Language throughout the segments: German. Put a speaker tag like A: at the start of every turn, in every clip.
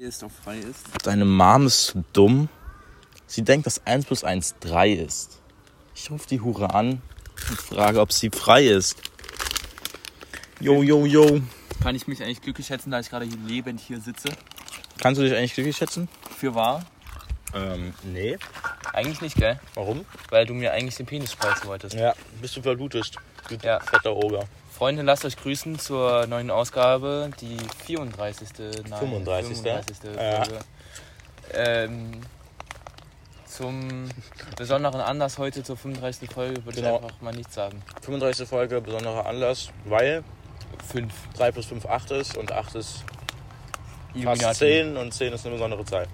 A: ist noch frei ist.
B: Deine Mom ist dumm. Sie denkt, dass 1 plus 1 3 ist. Ich rufe die Hure an und frage, ob sie frei ist. Jo, jo, jo.
A: Kann ich mich eigentlich glücklich schätzen, da ich gerade hier lebend hier sitze?
B: Kannst du dich eigentlich glücklich schätzen?
A: Für wahr?
B: Ähm, nee.
A: Eigentlich nicht, gell?
B: Warum?
A: Weil du mir eigentlich den Penis spreizen wolltest.
B: Ja, bist du verblutest. Du
A: Ja.
B: fetter Oger.
A: Freunde, lasst euch grüßen zur neuen Ausgabe, die 34. Nein,
B: 35..
A: 35.
B: Ja.
A: Folge. Ähm, zum besonderen Anlass heute zur 35. Folge würde
B: Genau.
A: ich einfach mal nichts sagen.
B: 35. Folge, besonderer Anlass, weil
A: Fünf.
B: 3 plus 5 8 ist und 8 ist
A: Illuminati.
B: fast 10 und 10 ist eine besondere Zahl.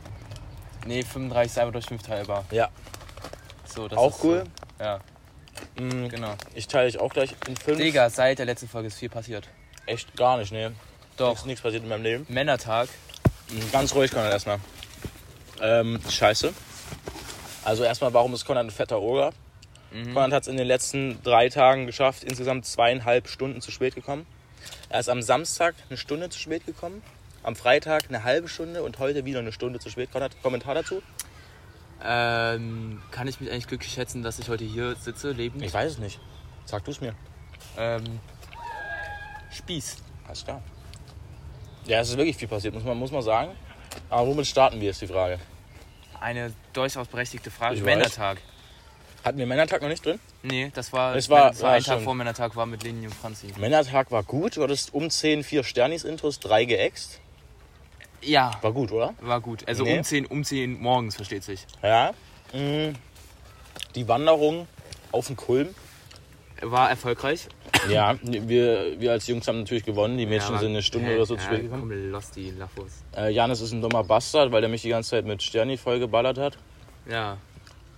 A: Nee, 35 ist einfach durch 5 teilbar.
B: Ja.
A: So, das
B: auch
A: ist
B: cool.
A: So. Ja,
B: Mm,
A: genau.
B: Ich teile dich auch gleich in 5.
A: Digga, seit der letzten Folge ist viel passiert.
B: Echt gar nicht, ne.
A: Doch,
B: Ist nichts passiert in meinem Leben.
A: Männertag.
B: Ganz ruhig, Conrad, erstmal. Ähm, scheiße. Also erstmal, warum ist Conrad ein fetter Oger? Conrad hat es in den letzten drei Tagen geschafft, insgesamt zweieinhalb Stunden zu spät gekommen. Er ist am Samstag eine Stunde zu spät gekommen, am Freitag eine halbe Stunde und heute wieder eine Stunde zu spät. Conrad, Kommentar dazu?
A: Ähm, kann ich mich eigentlich glücklich schätzen, dass ich heute hier sitze, lebend?
B: Ich weiß es nicht. Sag du es mir.
A: Ähm, Spieß.
B: Alles klar. Ja, es ist wirklich viel passiert, muss man, muss man sagen. Aber womit starten wir, ist die Frage.
A: Eine durchaus berechtigte Frage.
B: Ich weiß.
A: Männertag.
B: Hatten wir Männertag noch nicht drin?
A: Nee, das war,
B: Es war-
A: das war ein
B: ja,
A: Tag
B: stimmt.
A: vor Männertag, war mit Lenin und Franzi.
B: Männertag war gut, du hattest um 10 vier Sternis-Intros, drei geäxt.
A: Ja,
B: War gut, oder?
A: war gut. Also
B: Nee.
A: um 10, um 10 morgens, versteht sich.
B: Ja. Mm. Die Wanderung auf den Kulm.
A: War erfolgreich.
B: Ja, wir, wir als Jungs haben natürlich gewonnen. Die Mädchen
A: Ja,
B: sind eine Stunde
A: hä?
B: oder so
A: ja,
B: zu spät gekommen.
A: Komm, lost die Lachos.
B: Äh, Janis ist ein dummer Bastard, weil der mich die ganze Zeit mit Sterni vollgeballert hat.
A: Ja,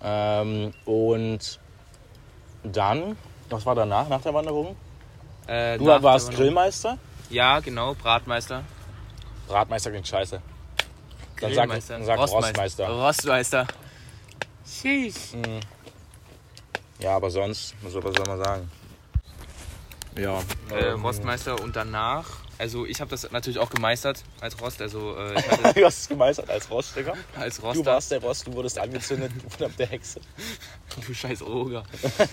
B: Ähm, und dann, was war danach, nach der Wanderung?
A: Äh,
B: Du
A: nach
B: warst
A: der-
B: Grillmeister.
A: Ja, genau, Bratmeister.
B: Bratmeister klingt scheiße. Dann sag, dann sag Rostmeister.
A: Rostmeister. Sheesh.
B: Ja, aber sonst, was soll was soll man sagen? Ja.
A: Äh,
B: ähm,
A: Rostmeister und danach, also ich habe das natürlich auch gemeistert als Rost, also äh, ich hatte
B: Du hast es gemeistert als Rost, Digga.
A: als
B: Du
A: Roster.
B: warst der Rost, du wurdest angezündet, du verdammte Hexe.
A: Du scheiß Oger.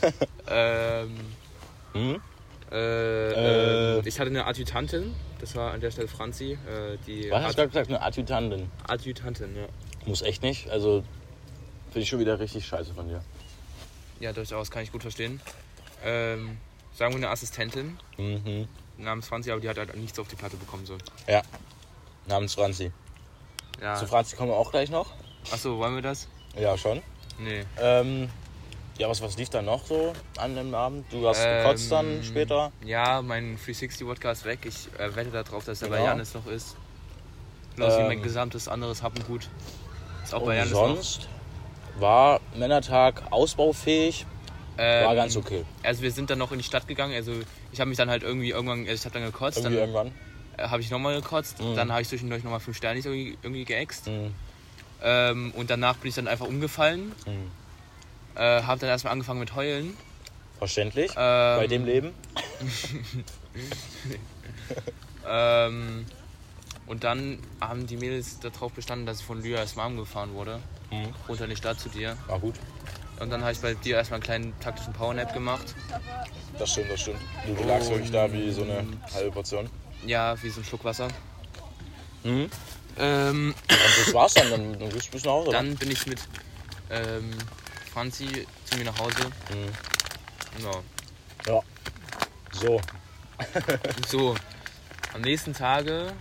A: ähm,
B: Hm?
A: äh,
B: Äh.
A: ähm, ich hatte eine Adjutantin, das war an der Stelle Franzi, äh, die
B: Was hast du
A: Ad
B: gerade gesagt? Eine Adjutantin.
A: Adjutantin, ja.
B: Muss echt nicht. Also, finde ich schon wieder richtig scheiße von dir.
A: Ja, durchaus, kann ich gut verstehen. Ähm, sagen wir eine Assistentin
B: Mhm.
A: namens Franzi, aber die hat halt nichts auf die Platte bekommen, so.
B: Namens Franzi.
A: Ja.
B: Zu Franzi kommen wir auch gleich noch.
A: Achso, wollen wir das?
B: Ah. Ja, schon.
A: Nee.
B: Ähm, ja, was, was lief dann noch so an dem Abend? Du hast
A: Ähm,
B: gekotzt dann später.
A: Ja, mein 360-Wodka ist weg. Ich äh, wette darauf, dass er bei
B: Genau.
A: Janis noch ist. Los wie mein
B: Ähm.
A: gesamtes anderes Happengut. Ist auch bei
B: Und
A: Janis
B: sonst war Männertag ausbaufähig,
A: noch. Ähm,
B: war ganz okay.
A: Also wir sind dann noch in die Stadt gegangen. Also ich habe mich dann halt irgendwie irgendwann, also ich habe dann gekotzt,
B: Irgendwie irgendwann.
A: dann äh, habe ich nochmal gekotzt,
B: Mhm.
A: dann habe ich zwischendurch nochmal fünf Sterne irgendwie, irgendwie geäxt.
B: Mhm.
A: Ähm, und danach bin ich dann einfach umgefallen.
B: Mhm.
A: Äh, habe dann erstmal angefangen mit Heulen.
B: Verständlich.
A: Ähm,
B: Bei dem Leben.
A: Ähm, und dann haben die Mädels darauf bestanden, dass ich von Lyas Mom gefahren wurde.
B: Mhm.
A: Runter in die Stadt zu dir.
B: War gut.
A: Und dann habe ich bei dir erstmal einen kleinen taktischen Powernap gemacht.
B: Das stimmt, das stimmt. Du lagst wirklich da wie so eine halbe Portion.
A: Ja, wie so ein Schluck Wasser.
B: Mhm.
A: Ähm,
B: Und das war's dann. Dann, dann gehst du bis nach Hause. ne?
A: dann bin ich mit ähm, Franzi zu mir nach Hause.
B: Mhm.
A: Ja.
B: So.
A: So, am nächsten Tage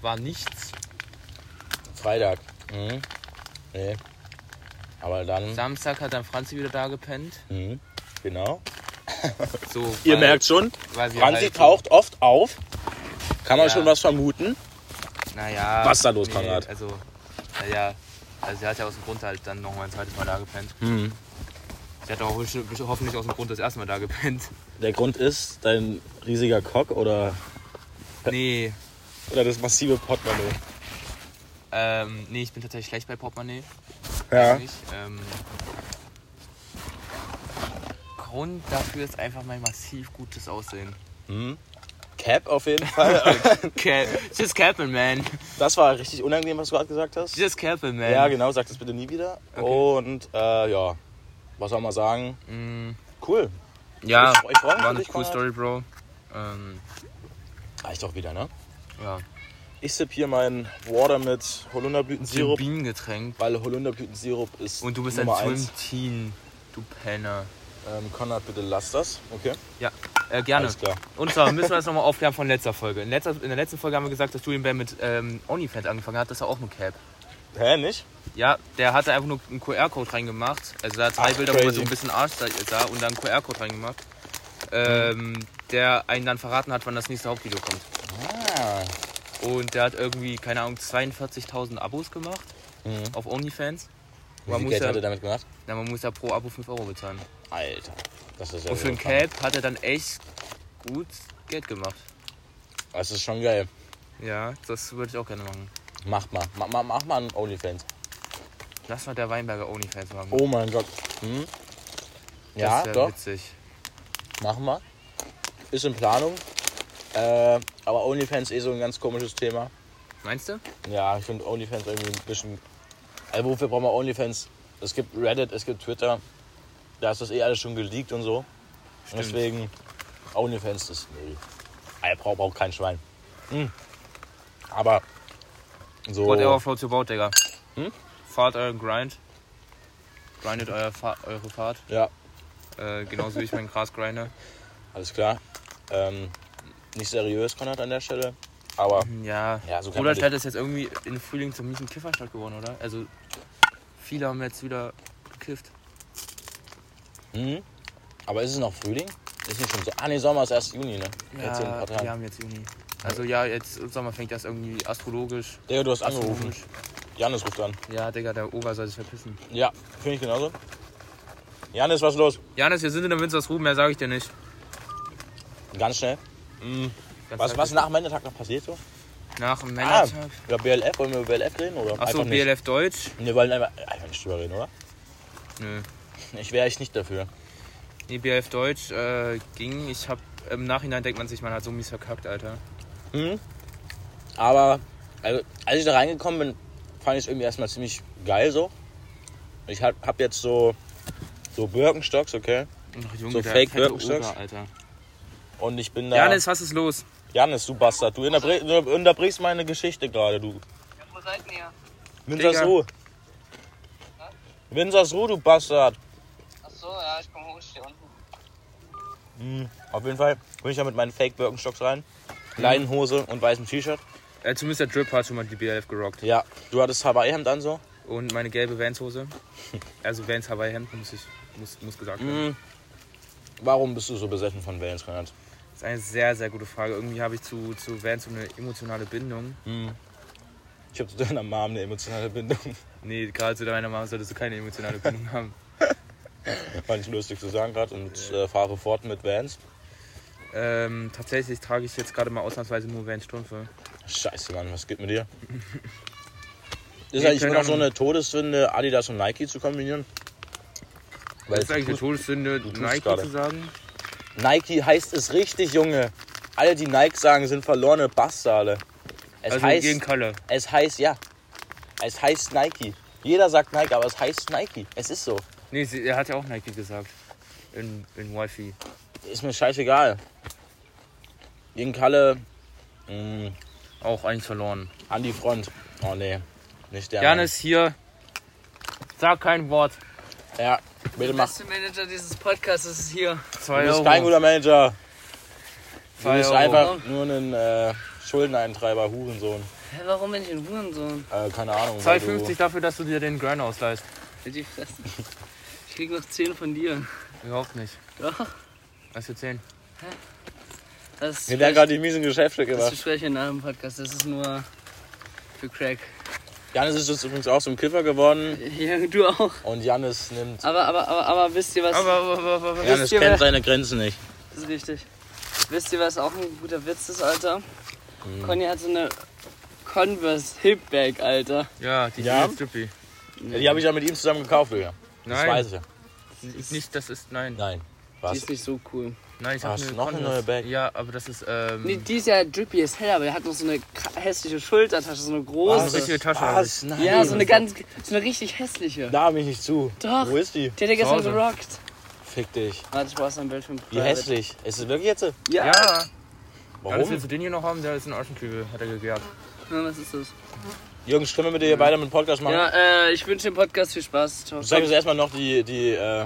A: war nichts.
B: Mhm. Freitag. Mhm. Nee. Aber dann.
A: Samstag hat dann Franzi wieder da gepennt.
B: Mhm. Genau.
A: So,
B: Ihr
A: weil-
B: merkt schon,
A: weil wir
B: Franzi
A: halt-
B: taucht oft auf. Kann man
A: Ja.
B: schon was vermuten.
A: Naja.
B: Was ist da los, Konrad?
A: Also, naja. Also, sie hat ja aus dem Grund halt dann nochmal ein zweites Mal da gepennt.
B: Mhm.
A: Sie hat auch ho- hoffentlich aus dem Grund das erste Mal da gepennt.
B: Der Grund ist dein riesiger Cock oder,
A: Nee,
B: oder das massive Portemonnaie.
A: ähm, nee, ich bin tatsächlich schlecht bei Portemonnaie.
B: Ja.
A: Nicht. Ähm, Grund dafür ist einfach mein massiv gutes Aussehen.
B: Mhm. Cap auf jeden Fall.
A: Cap. Just capping, man.
B: das war richtig unangenehm, was du gerade gesagt hast.
A: Just capping, man.
B: Ja, genau, sag das bitte nie wieder.
A: Okay.
B: Und äh, ja, was soll man sagen?
A: Mm,
B: Cool.
A: ja
B: Ich- ich freu mich
A: war
B: für
A: eine
B: dich,
A: coole
B: Konrad.
A: Story, Bro. Ähm,
B: Reicht auch wieder, ne?
A: ja.
B: Ich sipp hier mein Water mit Holunderblütensirup,
A: Bienengetränk.
B: weil Holunderblütensirup ist
A: Und du bist
B: Nummer
A: ein
B: eins.
A: Swim-Teen, du Penner.
B: Ähm, Konrad, bitte lass das. Okay,
A: Ja, äh, gerne.
B: alles klar.
A: Und zwar müssen wir das nochmal aufklären von letzter Folge. In, letzter, in der letzten Folge haben wir gesagt, dass Julian Bam mit ähm, OnlyFans angefangen hat. Das ist ja auch ein Cap.
B: Hä, nicht?
A: Ja, der hatte einfach nur einen QR-Code reingemacht. Also da hat zwei
B: Ach,
A: Bilder, wo man
B: crazy.
A: so ein bisschen Arsch sah- sah und dann einen QR-Code reingemacht. Ähm, der einen dann verraten hat, wann das nächste Hauptvideo kommt.
B: Ah,
A: Und der hat irgendwie, keine Ahnung, 42.000 Abos gemacht
B: Mhm.
A: auf OnlyFans.
B: wie
A: Man
B: viel
A: muss
B: Geld
A: ja-
B: hat er damit gemacht?
A: Na, man muss ja pro Abo 5 Euro bezahlen.
B: Alter, das ist ja
A: Und für einen
B: so krank.
A: Cap hat er dann echt gut Geld gemacht.
B: Das ist schon geil.
A: Ja, das würde ich auch gerne machen.
B: Macht mal. Mach, mach, mach mal einen Onlyfans.
A: Lass mal der Weinberger Onlyfans machen.
B: Oh mein Gott. Hm? Ja,
A: das wär
B: doch.
A: witzig.
B: Machen wir. Ist in Planung. Äh, aber OnlyFans eh so ein ganz komisches Thema.
A: Meinst du?
B: Ja, ich finde OnlyFans irgendwie ein bisschen. Also wofür brauchen wir OnlyFans? Es gibt Reddit, es gibt Twitter. Da ist das eh alles schon geleakt und so. Und deswegen, OnlyFans ist. Nee. Ey, braucht auch kein Schwein. Hm. Aber. So.
A: Whatever floats your boat, Digga.
B: Hm?
A: Fahrt euren Grind. Grindet euer Fa eure Fahrt.
B: Ja,
A: Äh, genauso wie ich mein Gras grinde.
B: alles klar. Ähm, nicht seriös, Konrad, an der Stelle. Aber.
A: Ja.
B: Ja, so kann man
A: Rudolstadt ist jetzt irgendwie im Frühling zum miesen Kifferstadt geworden, oder? Also, viele haben jetzt wieder gekifft.
B: Mhm. Aber ist es noch Frühling? Ist nicht schon so. Ah, nee, Sommer ist erst Juni, ne? Jetzt in
A: Ja,
B: ein paar Tagen.
A: die haben jetzt Juni. Also, ja, jetzt im Sommer fängt das irgendwie astrologisch.
B: Digga, du hast angerufen.
A: Astronomisch.
B: Janis ruft an.
A: Ja, Digga, der Ober soll sich verpissen.
B: Ja, finde ich genauso. Janis, was ist los?
A: Janis, wir sind in der Winzersruhe, mehr sage ich dir nicht.
B: Ganz schnell.
A: Ganz
B: Was, was
A: ehrlich.
B: nach dem Männertag noch passiert so?
A: Nach dem
B: Ah,
A: Männertag.
B: ja, BLF, wollen wir über BLF reden oder?
A: Achso,
B: nicht?
A: BLF Deutsch?
B: Wir wollen einfach, einfach nicht drüber reden, oder?
A: Nö.
B: Ich wäre echt nicht dafür.
A: Nee, BLF Deutsch äh, ging. Ich hab im Nachhinein denkt man sich, man hat so mies verkackt, Alter.
B: Mhm. Aber also, als ich da reingekommen bin, fand ich es irgendwie erstmal ziemlich geil so. Ich hab, hab jetzt so, so Birkenstocks, okay?
A: Und noch Junge,
B: So
A: der
B: Fake
A: fette
B: Birkenstocks?
A: Oger, Alter.
B: Und ich bin da.
A: Janis, was ist los?
B: Janis, du Bastard, du unterbre du unterbrichst meine Geschichte gerade, du.
C: Wo seid denn ihr?
B: Winzers
A: Digga.
B: Ruhe. Winzers Ruhe, du Bastard.
C: Achso, ja, ich komm hoch, ich steh unten.
B: Mhm. Auf jeden Fall bin ich da mit meinen Fake Birkenstocks rein. Leinenhose und weißem T-Shirt.
A: Äh, zumindest der Drip hat schon mal die BLF gerockt.
B: Ja, du hattest Hawaii-Hemd an so.
A: Und meine gelbe Vans-Hose. Also Vans Hawaii Hemd, muss ich muss, muss gesagt werden.
B: Mhm. Warum bist du so besessen von Vans, Konrad?
A: Das ist eine sehr, sehr gute Frage. Irgendwie habe ich zu, zu Vans so eine emotionale Bindung.
B: Ich habe zu deiner Mom eine emotionale Bindung.
A: Nee, gerade zu deiner Mama solltest du keine emotionale Bindung haben.
B: Fand ich lustig zu sagen gerade und äh, fahre fort mit Vans.
A: Ähm, tatsächlich trage ich jetzt gerade mal ausnahmsweise nur Vans-Strümpfe.
B: Scheiße, Mann, was geht mit dir? Ist
A: Nee,
B: eigentlich immer
A: keine
B: noch so
A: Ahnung.
B: eine Todessünde, Adidas und Nike zu kombinieren?
A: Weil ist
B: du
A: eigentlich eine
B: tust-
A: Todessünde,
B: tust
A: Nike
B: gerade.
A: zu sagen?
B: Nike heißt es richtig, Junge. Alle, die Nike sagen, sind verlorene Bastarde. Es
A: also
B: heißt,
A: gegen Kalle.
B: es heißt, ja, es heißt Nike. Jeder sagt Nike, aber es heißt Nike. Es ist so.
A: Nee, sie, er hat ja auch Nike gesagt. In, in Wi-Fi.
B: Ist mir scheißegal. Gegen Kalle, mh,
A: Auch eigentlich verloren.
B: an die Front. Oh nee, nicht der.
A: Janis hier. Sag kein Wort.
B: Mann. Ja, bitte mach. Du
C: Manager dieses Podcasts ist hier.
A: Zwei
B: bist
A: Euro.
B: kein guter Manager. Du
A: Zwei
B: bist
A: Euro.
B: einfach nur ein äh, Schuldeneintreiber, Hurensohn.
C: Hä, warum bin ich ein Hurensohn?
B: Äh, keine Ahnung. weil
A: 2,50 dafür, dass du dir den Grind ausleihst.
C: Halt die Fresse. Ich krieg noch 10 von dir.
A: Überhaupt nicht.
C: Doch,
A: Was für 10?
C: das ist
B: Du, mir werden
C: schlecht-
B: gerade die miesen Geschäfte
C: das
B: gemacht.
C: ist Schwäche nach dem Podcast. Das ist nur für Crack.
B: Janis ist jetzt übrigens auch zum Kiffer geworden.
C: Ja, du auch.
B: Und Janis nimmt.
C: Aber, aber, aber, aber wisst ihr was?
A: Aber, aber, aber, aber, aber.
B: Janis
C: wisst ihr,
B: kennt
C: wer,
B: seine Grenzen nicht.
C: das ist richtig. Wisst ihr, was auch ein guter Witz ist, Alter?
A: Hm.
C: Conny hat so eine Converse Hipbag, Alter.
A: Ja, die
B: Ja?
A: sind Strippi.
B: Ja, die habe ich ja mit ihm zusammen gekauft, Digga. Das
A: Nein,
B: weiß ich ja.
A: nicht, das ist nein.
B: Nein.
C: Die
B: Was?
C: ist nicht so cool.
A: Nein, ich
B: Hast
A: habe
B: du noch eine neue Bag?
A: Ja, aber das ist ähm,
C: Nee, die ist ja drippy as hell, aber der hat noch so eine kra- hässliche Schultertasche, so eine
A: Ah, so eine
C: große.
A: richtige Tasche.
B: Was? Nein.
C: ja, so eine ganz, so eine richtig hässliche.
B: Da mich nicht zu.
C: Doch.
B: Wo ist die?
C: Die hat er gestern
A: Hause.
C: gerockt.
B: Fick dich.
C: Warte, ich brauch so ein Bild für ein
B: Wie hässlich. Ist es wirklich jetzt?
C: Ja.
A: Ja. Alles
B: Warum?
A: willst du den hier noch haben? Der ist ein Aschenklügel, hat er gegeben.
C: Na, was ist das?
B: Jürgen, stimmen wir dir hier weiter mit dem Podcast machen?
C: Ja, äh, ich wünsche dem Podcast viel Spaß. Ciao.
B: Zeig uns erstmal noch die, die, äh,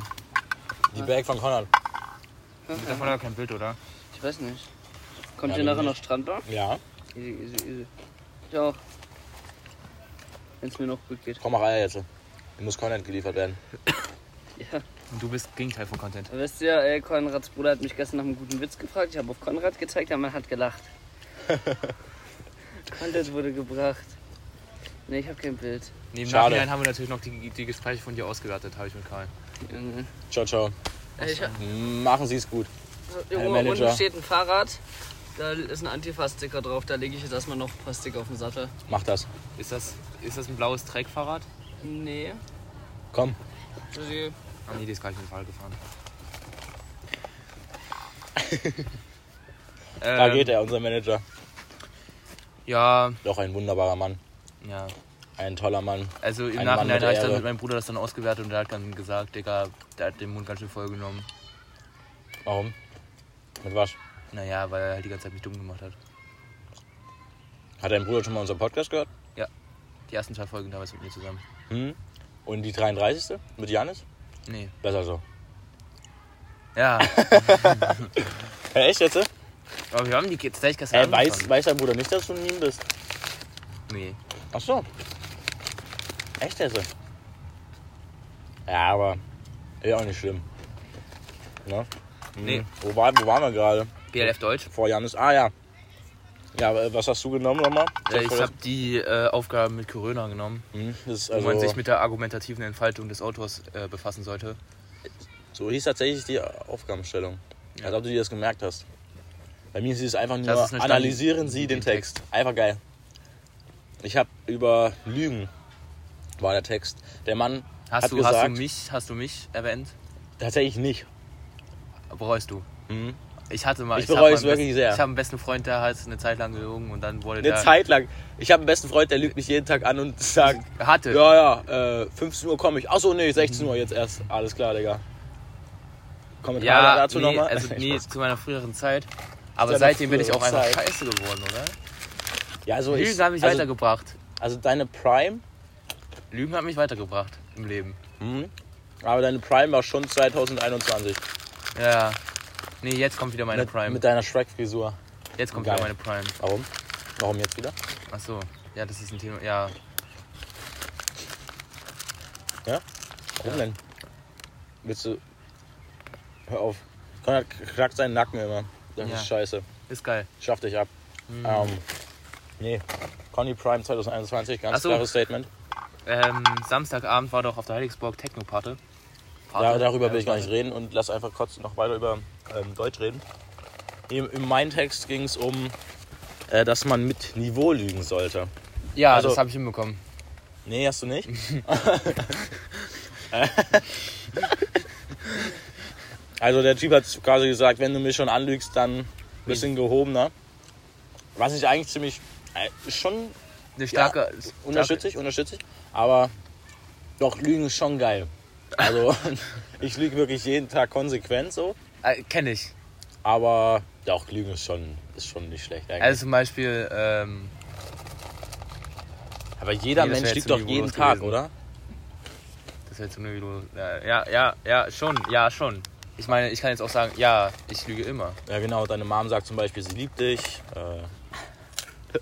B: die Bag von Conrad.
A: Davon hat er kein Bild, oder?
C: Ich weiß nicht. Kommt
B: Ja,
C: hier
B: wenn
C: nachher noch
B: nicht.
C: Strandbar?
B: Ja.
C: Easy, easy, easy. Ich auch. Wenn es mir noch gut geht.
B: Komm mal rein jetzt. Hier muss Content geliefert werden.
C: Ja.
A: Und du bist Gegenteil von Content.
C: Wisst ihr, äh, Konrads Bruder hat mich gestern nach einem guten Witz gefragt. Ich habe auf Konrad gezeigt, der Mann hat gelacht. Content wurde gebracht. Ne, ich habe kein Bild.
A: Neben
B: Schade.
A: Nachhinein haben wir natürlich noch die, die Gespräche von dir ausgewertet, habe ich mit Karl.
C: Junge.
B: Ciao, ciao.
C: Äh, ich,
B: Machen Sie es gut. Herr
C: Junge,
B: Manager.
C: unten steht ein Fahrrad. Da ist ein Antifa-Sticker drauf. Da lege ich jetzt erstmal noch ein paar Sticker auf den Sattel.
B: Mach das.
A: Ist das, ist das ein blaues Trägfahrrad?
C: Nee.
B: Komm.
C: Also,
A: Ah nee, die ist gar nicht mit dem Fahrrad gefahren.
B: Da
A: Ähm,
B: geht er, unser Manager.
A: Ja,
B: Doch ein wunderbarer Manmann.
A: ja.
B: Ein toller Mann.
A: Also im
B: Ein Mann
A: Nachhinein
B: mit
A: habe ich dann
B: Ehre.
A: mit meinem Bruder das dann ausgewertet und der hat dann gesagt, Digga, der hat den Mund ganz schön vollgenommen.
B: Warum? Mit was?
A: Naja, weil er halt die ganze Zeit mich dumm gemacht hat.
B: Hat dein Bruder schon mal unseren Podcast gehört?
A: Die ersten zwei Folgen damals mit mir zusammen.
B: Hm? Und die 33. mit Janis?
A: Nee.
B: Besser so.
A: Ja,
B: Hä, echt jetzt? Hä,
A: aber wir haben die jetzt gleich gestern.
B: Äh, weiß,
A: angefangen.
B: weiß dein Bruder nicht, dass du ein Meme bist?
A: Nee.
B: Ach so. Echt jetzt? Ja, aber ist auch nicht schlimm. Ne? Hm.
A: Nee.
B: Wo, war, wo waren wir gerade?
A: BLF Deutsch.
B: Vor Janis. Ah ja. Ja, aber was hast du genommen nochmal?
A: Äh, ich habe die äh, Aufgabe mit Corona genommen,
B: Hm, das ist
A: wo man
B: also,
A: sich mit der argumentativen Entfaltung des Autors äh, befassen sollte.
B: so hieß tatsächlich die Aufgabenstellung.
A: Ja.
B: Als ob du dir das gemerkt hast. Bei mir hieß es einfach nur,
A: Das ist eine Stand-
B: analysieren Sie den,
A: den
B: Text. Einfach geil. Ich habe über Lügen war der Text. Der Mann
A: Hast,
B: Hat
A: du, hast,
B: gesagt-
A: du mich, hast du mich erwähnt?
B: tatsächlich nicht.
A: Bereust du?
B: Hm?
A: Ich hatte mal.
B: Ich
A: hab
B: bereue
A: mal
B: es
A: einen
B: wirklich
A: besten-
B: sehr.
A: Ich habe einen besten Freund, der hat eine Zeit lang gelogen und dann wurde
B: Eine
A: der.
B: Zeit lang. Ich habe einen besten Freund, der lügt mich jeden Tag an und sagt,
A: Hatte.
B: ja, ja, äh, 15 Uhr komme ich. Achso, nee, 16 Uhr jetzt erst. Alles klar, Digga. Kommentar
A: Ja,
B: dazu
A: nee,
B: nochmal?
A: also nee, zu meiner früheren Zeit. Aber
B: Zu deiner
A: seitdem bin ich auch
B: früheren
A: einfach
B: Zeit.
A: scheiße geworden, oder?
B: ja, also ich,
A: Lügen haben mich
B: also,
A: weitergebracht.
B: also deine Prime,
A: Lügen haben mich weitergebracht im Leben.
B: hm, aber deine Prime war schon 2021.
A: Ja. Nee, jetzt kommt wieder meine
B: mit,
A: Prime.
B: Mit deiner Shrek-Frisur.
A: jetzt kommt
B: Geil.
A: wieder meine Prime.
B: Warum? Warum jetzt wieder?
A: Ach so. Ja, das ist ein Thema. Ja.
B: Warum denn? Willst du. Hör auf. Konrad knackt seinen Nacken immer.
A: Ja.
B: Das
A: Hm.
B: ist scheiße.
A: Ist geil.
B: Schaff dich ab. Ähm, nee. Conny Prime 2021,
A: Ach
B: ganz
A: so.
B: klares Statement.
A: Ähm, Samstagabend war doch auf der Heiligsburg Techno-Party.
B: Da, darüber will ich gar nicht reden und lass einfach kurz noch weiter über ähm, Deutsch reden. Im, in meinem Text ging es um, äh, dass man mit Niveau lügen sollte.
A: Ja,
B: Also-
A: das habe ich hinbekommen.
B: Nee, hast du nicht? also der Typ hat quasi gesagt, wenn du mich schon anlügst, dann ein bisschen gehobener. Was ich eigentlich ziemlich äh, schon
A: Eine starke.
B: unterstütze ich, unterstütze ich. Aber doch, Lügen ist schon geil. Also ich lüge wirklich jeden Tag konsequent so.
A: Äh, Kenne ich.
B: Aber doch, Lügen ist schon, ist schon nicht schlecht eigentlich.
A: Also zum Beispiel, ähm,
B: aber jeder
A: nee, das wär
B: Mensch
A: jetzt
B: lügt
A: im
B: doch
A: Niveau
B: jeden
A: los
B: Tag,
A: gewesen.
B: oder?
A: das wäre jetzt nur Video. Ja, ja, ja, schon, ja, schon. Ich meine, ich kann jetzt auch sagen, ja, ich lüge immer.
B: Ja genau, deine Mom sagt zum Beispiel, sie liebt dich. Äh.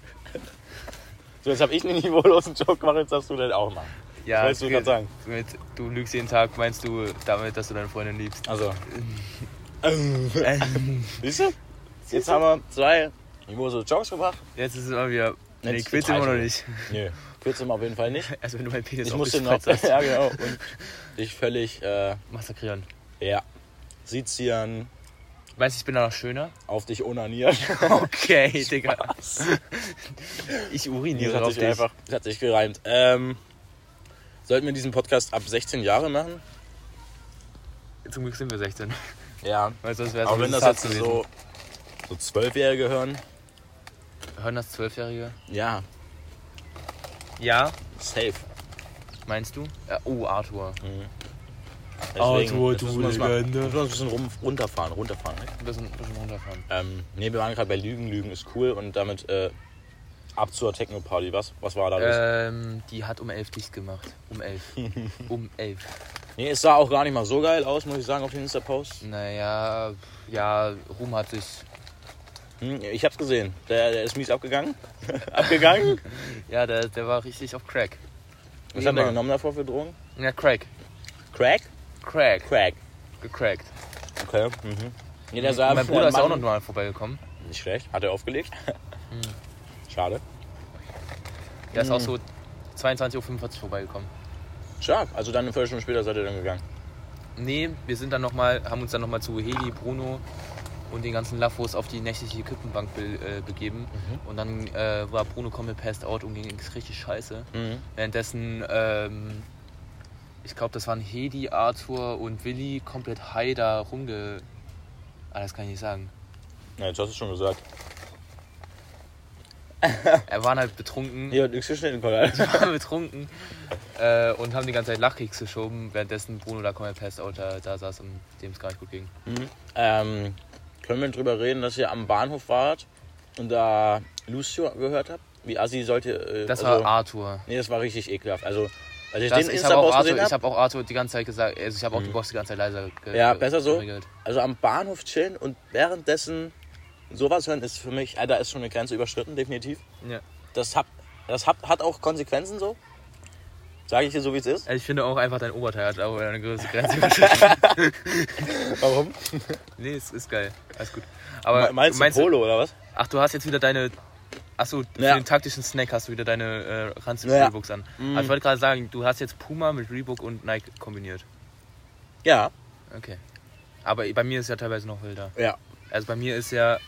B: So, jetzt habe ich einen niveaulosen Joke gemacht, jetzt darfst du den auch machen.
A: Ja,
B: wolltest du grad sagen?
A: Mit, du lügst jeden Tag, meinst du damit, dass du deine Freundin liebst?
B: Also. Siehst du? Jetzt haben wir zwei niveaulose Jokes gemacht.
A: Jetzt ist es immer wieder. Nee,
B: Jetzt
A: Quiz immer noch
B: total
A: nicht.
B: Nö, kürzen wir auf jeden Fall nicht.
A: Also wenn du mein Penis
B: Ich
A: auch
B: muss den noch.
A: gespreizt hast.
B: Ja, genau. Und dich völlig, äh,
A: massakrieren.
B: ja, sezieren,
A: Weißt du, ich bin danach schöner?
B: auf dich onanieren.
A: Okay, Digga. Ich
B: Das
A: uriniere
B: hat
A: auf
B: sich
A: dich.
B: einfach, das hat sich gereimt. Ähm, sollten wir diesen Podcast ab 16 Jahre machen?
A: Zum Glück sind wir 16.
B: Ja.
A: Weil sonst wäre es
B: Aber wenn das jetzt so, so Zwölfjährige hören,
A: Hören das Zwölfjährige?
B: ja,
A: Ja.
B: safe.
A: Meinst du? Ja, oh, Arthur.
B: Deswegen, jetzt müssen wir uns mal- jetzt müssen wir uns ein bisschen rum, runterfahren, runterfahren. Ne?
A: Ein bisschen, ein bisschen runterfahren.
B: Ähm, nee, wir waren gerade bei Lügen, Lügen ist cool und damit äh, ab zur Techno-Party. Was, was war da los?
A: Ähm, die hat um elf dicht gemacht. Um elf. um elf.
B: Nee, es sah auch gar nicht mal so geil aus, muss ich sagen, auf den Insta-Posts.
A: Naja, pf, ja, Ruhm hat sich.
B: Hm, ich hab's gesehen. Der, der ist mies abgegangen. abgegangen?
A: Ja, der, der war richtig auf Crack.
B: Was
A: Wie
B: hat er
A: immer.
B: genommen davor für Drogen?
A: Ja, Crack.
B: Crack?
A: Crack.
B: Crack.
A: Gecrackt.
B: Okay. Mhm. Nee, der sah
A: mein
B: für
A: Bruder ist
B: einen
A: auch Hm. noch
B: Mann-
A: mal vorbeigekommen.
B: Nicht schlecht. Hat er aufgelegt? Schade.
A: Der ist auch so 22.45 Uhr vorbeigekommen.
B: Stark. Also dann eine Viertelstunde später seid ihr dann gegangen.
A: Nee, wir sind dann noch mal, haben uns dann nochmal zu Heli, Bruno und den ganzen Laffos auf die nächtliche Kippenbank be, äh, begeben.
B: Mhm.
A: Und dann äh, war Bruno komplett passed out und ging richtig scheiße.
B: Mhm.
A: Währenddessen, ähm, ich glaube, das waren Hedi, Arthur und Willi komplett high da rumge... Ah, das kann ich nicht sagen.
B: Ja, jetzt hast du es schon gesagt.
A: Er waren halt betrunken,
B: Hier hat nichts geschnitten, Konrad.
A: waren betrunken äh, und haben die ganze Zeit Lachkicks geschoben, währenddessen Bruno da komplett passed out da, da saß und dem es gar nicht gut ging.
B: Ähm, können wir drüber reden, dass ihr am Bahnhof wart und da Lucio gehört habt? Wie Assi sollte. Äh,
A: Das
B: also,
A: war Arthur.
B: Nee, das war richtig ekelhaft. Also, als ich
A: Das,
B: den
A: ich habe auch,
B: Insta-Post
A: Arthur-
B: gesehen
A: ich
B: habe.
A: hab auch Arthur die ganze Zeit gesagt, also ich habe auch die Box die ganze Zeit leiser ge
B: Ja, besser so.
A: geregelt.
B: Also am Bahnhof chillen und währenddessen sowas hören ist für mich, äh, da ist schon eine Grenze überschritten, definitiv.
A: Ja.
B: Das, hab, das hab, hat auch Konsequenzen so. Sage ich dir so, wie es ist.
A: Ich finde auch einfach, dein Oberteil hat auch eine größere Grenze überschritten.
B: Warum?
A: nee, es ist geil. Alles gut. Aber
B: Meinst du Polo oder was?
A: Ach, du hast jetzt wieder deine. Achso, für
B: Ja.
A: den taktischen Snack hast du wieder deine äh, ranzig
B: Ja. Mhm.
A: Reeboks an. Aber ich wollte gerade sagen, du hast jetzt Puma mit Reebok und Nike kombiniert.
B: Ja.
A: Okay. Aber bei mir ist ja teilweise noch wilder.
B: Ja.
A: Also bei mir ist ja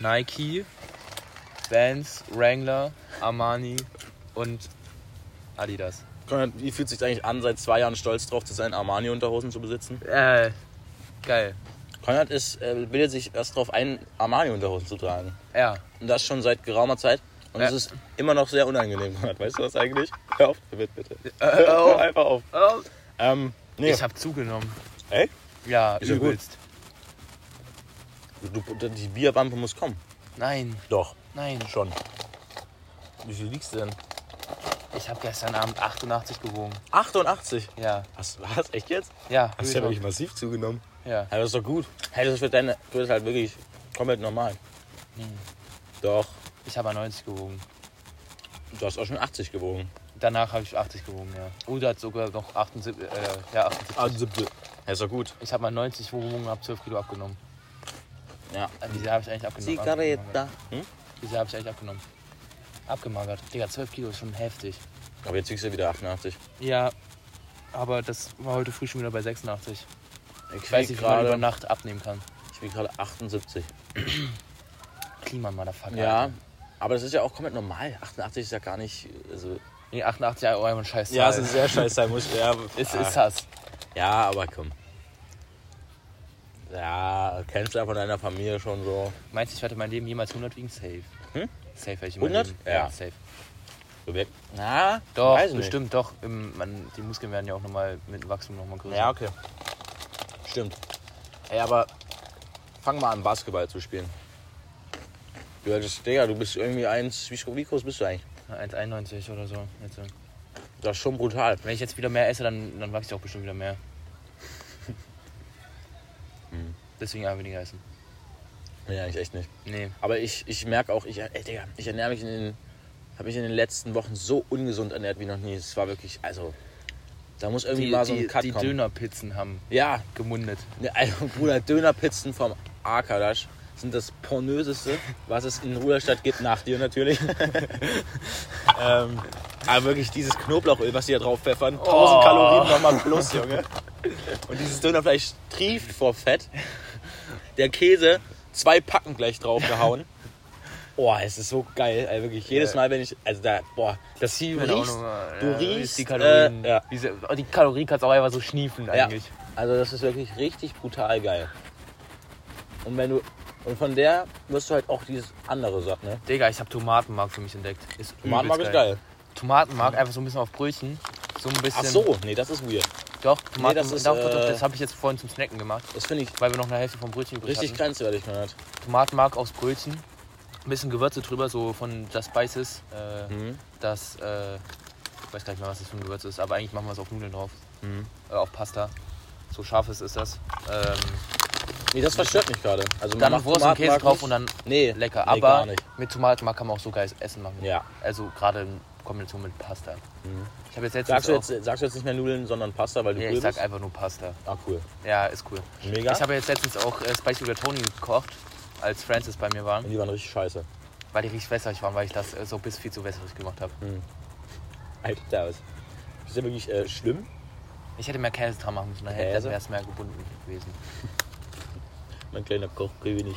A: Nike, Vans, Wrangler, Armani und Adidas.
B: Konrad, Wie fühlt es sich eigentlich an, seit zwei Jahren stolz drauf zu sein, Armani-Unterhosen zu besitzen?
A: Äh, geil.
B: Konrad ist, äh, bildet sich erst darauf ein, Armani-Unterhosen zu tragen.
A: Ja.
B: Und das schon seit geraumer Zeit. Und
A: Ja.
B: es ist immer noch sehr unangenehm, Konrad. Weißt du was eigentlich? Hör auf damit, bitte.
A: Äh,
B: Hör
A: oh,
B: einfach auf.
A: oh.
B: Ähm, nee.
A: Ich hab zugenommen.
B: Echt?
A: Ja,
B: Ist ja gut.
A: übelst.
B: Du, du, die Bierwampe muss kommen.
A: Nein,
B: Doch,
A: nein.
B: schon. Wie viel liegst du denn?
A: Ich hab gestern Abend 88 gewogen.
B: 88.
A: Ja,
B: Was? Was? Echt jetzt?
A: ja.
B: Hast du ja
A: Real
B: wirklich massiv zugenommen.
A: Talk. ja.
B: Ja, das ist doch gut. Hey, das ist für deine. Du bist halt wirklich komplett normal. Hm. Doch,
A: Ich habe 90 gewogen.
B: du hast auch schon 80 gewogen.
A: Danach habe ich 80 gewogen, ja. Oder hat sogar noch 78. Äh, ja, 78.
B: Also bitte. Ja, ist doch gut.
A: Ich habe mal 90 gewogen und habe 12 Kilo abgenommen.
B: Ja.
A: Also diese habe ich eigentlich abgenommen. abgemagert.
B: Hm?
A: Diese habe ich eigentlich abgenommen. Abgemagert. Digga, 12 Kilo ist schon heftig.
B: Aber jetzt liegst du wieder 88.
A: Ja, aber das war heute früh schon wieder bei 86. Ich
B: wieg
A: weiß nicht, wie man
B: gerade-
A: über Nacht abnehmen kann.
B: Ich bin gerade 78.
A: Klima, Motherfucker.
B: Ja.
A: Alter.
B: Aber das ist ja auch komplett normal. 88 ist ja gar nicht. Also
A: Nee, 88 Euro ein scheiß
B: ja, es
A: Zahl. Ah.
B: ist sehr scheiße sein muss. Ja, ah.
A: ist, ist Hass.
B: halt- ja, aber komm. Ja, kennst du ja von deiner Familie schon so.
A: Meinst du, ich werde mein Leben jemals 100 wiegen? Safe.
B: Hm?
A: Safe werde ich
B: 100?
A: Leben.
B: Ja.
A: Ja, safe.
B: so weg. Na,
A: Doch,
B: weiß nicht.
A: bestimmt, doch. Im, man, die Muskeln werden ja auch nochmal mit Wachstum nochmal größer.
B: Ja, okay. Stimmt. Ey, aber fang mal an, Basketball zu spielen. Du hättest, Digga, du bist irgendwie eins. Wie, gro- wie groß bist du eigentlich?
A: 1,91 oder so. Jetzt. so.
B: Das ist schon brutal.
A: Wenn ich jetzt wieder mehr esse, dann, dann wachse ich auch bestimmt wieder mehr. Deswegen einfach weniger essen.
B: Nee, eigentlich echt nicht.
A: Nee.
B: Aber ich, ich merke auch, ich, ey, Digga, ich ernähre mich in den. habe mich in den letzten Wochen so ungesund ernährt wie noch nie. Es war wirklich, also. Da muss irgendwie
A: Die,
B: mal so ein
A: die,
B: Cut
A: die
B: kommen.
A: Dönerpizzen haben
B: ja,
A: gemundet.
B: Ne, Also, Bruder, Dönerpizzen vom Arkadasch sind das pornöseste, was es in Ruderstadt gibt, nach dir natürlich. ähm, aber wirklich dieses Knoblauchöl, was die da drauf pfeffern, 1000 Kalorien nochmal plus, Junge. Und dieses Dönerfleisch trieft vor Fett. Der Käse, zwei Packen gleich draufgehauen. Boah, es ist so geil, ey, wirklich. Jedes Mal, wenn ich, also da, boah, das du riechst, du riechst,
A: die Kalorien.
B: äh, ja.
A: Diese, oh, die Kalorien kannst du auch einfach so schniefen
B: Ja,
A: eigentlich.
B: Also das ist wirklich richtig brutal geil. Und wenn du und von der wirst du halt auch dieses andere satt, ne?
A: Digga, ich habe Tomatenmark für mich entdeckt. Ist
B: Tomatenmark ist
A: übelst
B: geil.
A: Tomatenmark einfach so ein bisschen auf Brötchen. So ein bisschen.
B: Ach so, nee, das ist weird.
A: Doch, Tomaten,
B: Nee, das ist,
A: doch, doch, doch,
B: äh,
A: das habe ich jetzt vorhin zum Snacken gemacht,
B: Das finde ich
A: weil wir noch eine Hälfte vom Brötchen übrig
B: richtig
A: hatten.
B: grenzwertig, man hat.
A: Tomatenmark aufs Brötchen. Ein bisschen Gewürze drüber, so von das Spices. Äh,
B: Mhm.
A: Das, äh, ich weiß gar nicht mehr, was das für ein Gewürz ist, aber eigentlich machen wir es auf Nudeln drauf.
B: Mhm.
A: Äh, auf Pasta. So scharfes ist das. Ähm,
B: Nee, das verstört mich gerade. Also man
A: dann
B: macht
A: Wurst und Käse
B: Tomatenmark
A: drauf
B: nicht-
A: und dann
B: nee,
A: lecker.
B: nee,
A: aber
B: gar nicht.
A: mit Tomatenmark kann man auch so geiles Essen machen.
B: Ja. Mhm.
A: Also gerade in Kombination mit Pasta. Ich habe jetzt letztens
B: Sagst du,
A: auch,
B: jetzt, äh, sagst du jetzt nicht mehr Nudeln, sondern Pasta, weil du
A: ja,
B: cool
A: ich sag
B: bist?
A: einfach nur Pasta.
B: Ah, cool.
A: Ja, ist cool.
B: Mega.
A: Ich habe jetzt letztens auch äh, Spicy Rigatoni gekocht, als Francis bei mir war,
B: und die waren richtig scheiße.
A: weil die richtig wässrig waren, weil ich das äh, so bis viel zu wässrig gemacht habe.
B: Hm. Alter, was. Das ist ja wirklich äh, schlimm.
A: Ich hätte mehr Käse dran machen müssen, dann
B: Käse?
A: wäre es mehr gebunden gewesen.
B: Mein kleiner Kochkönig.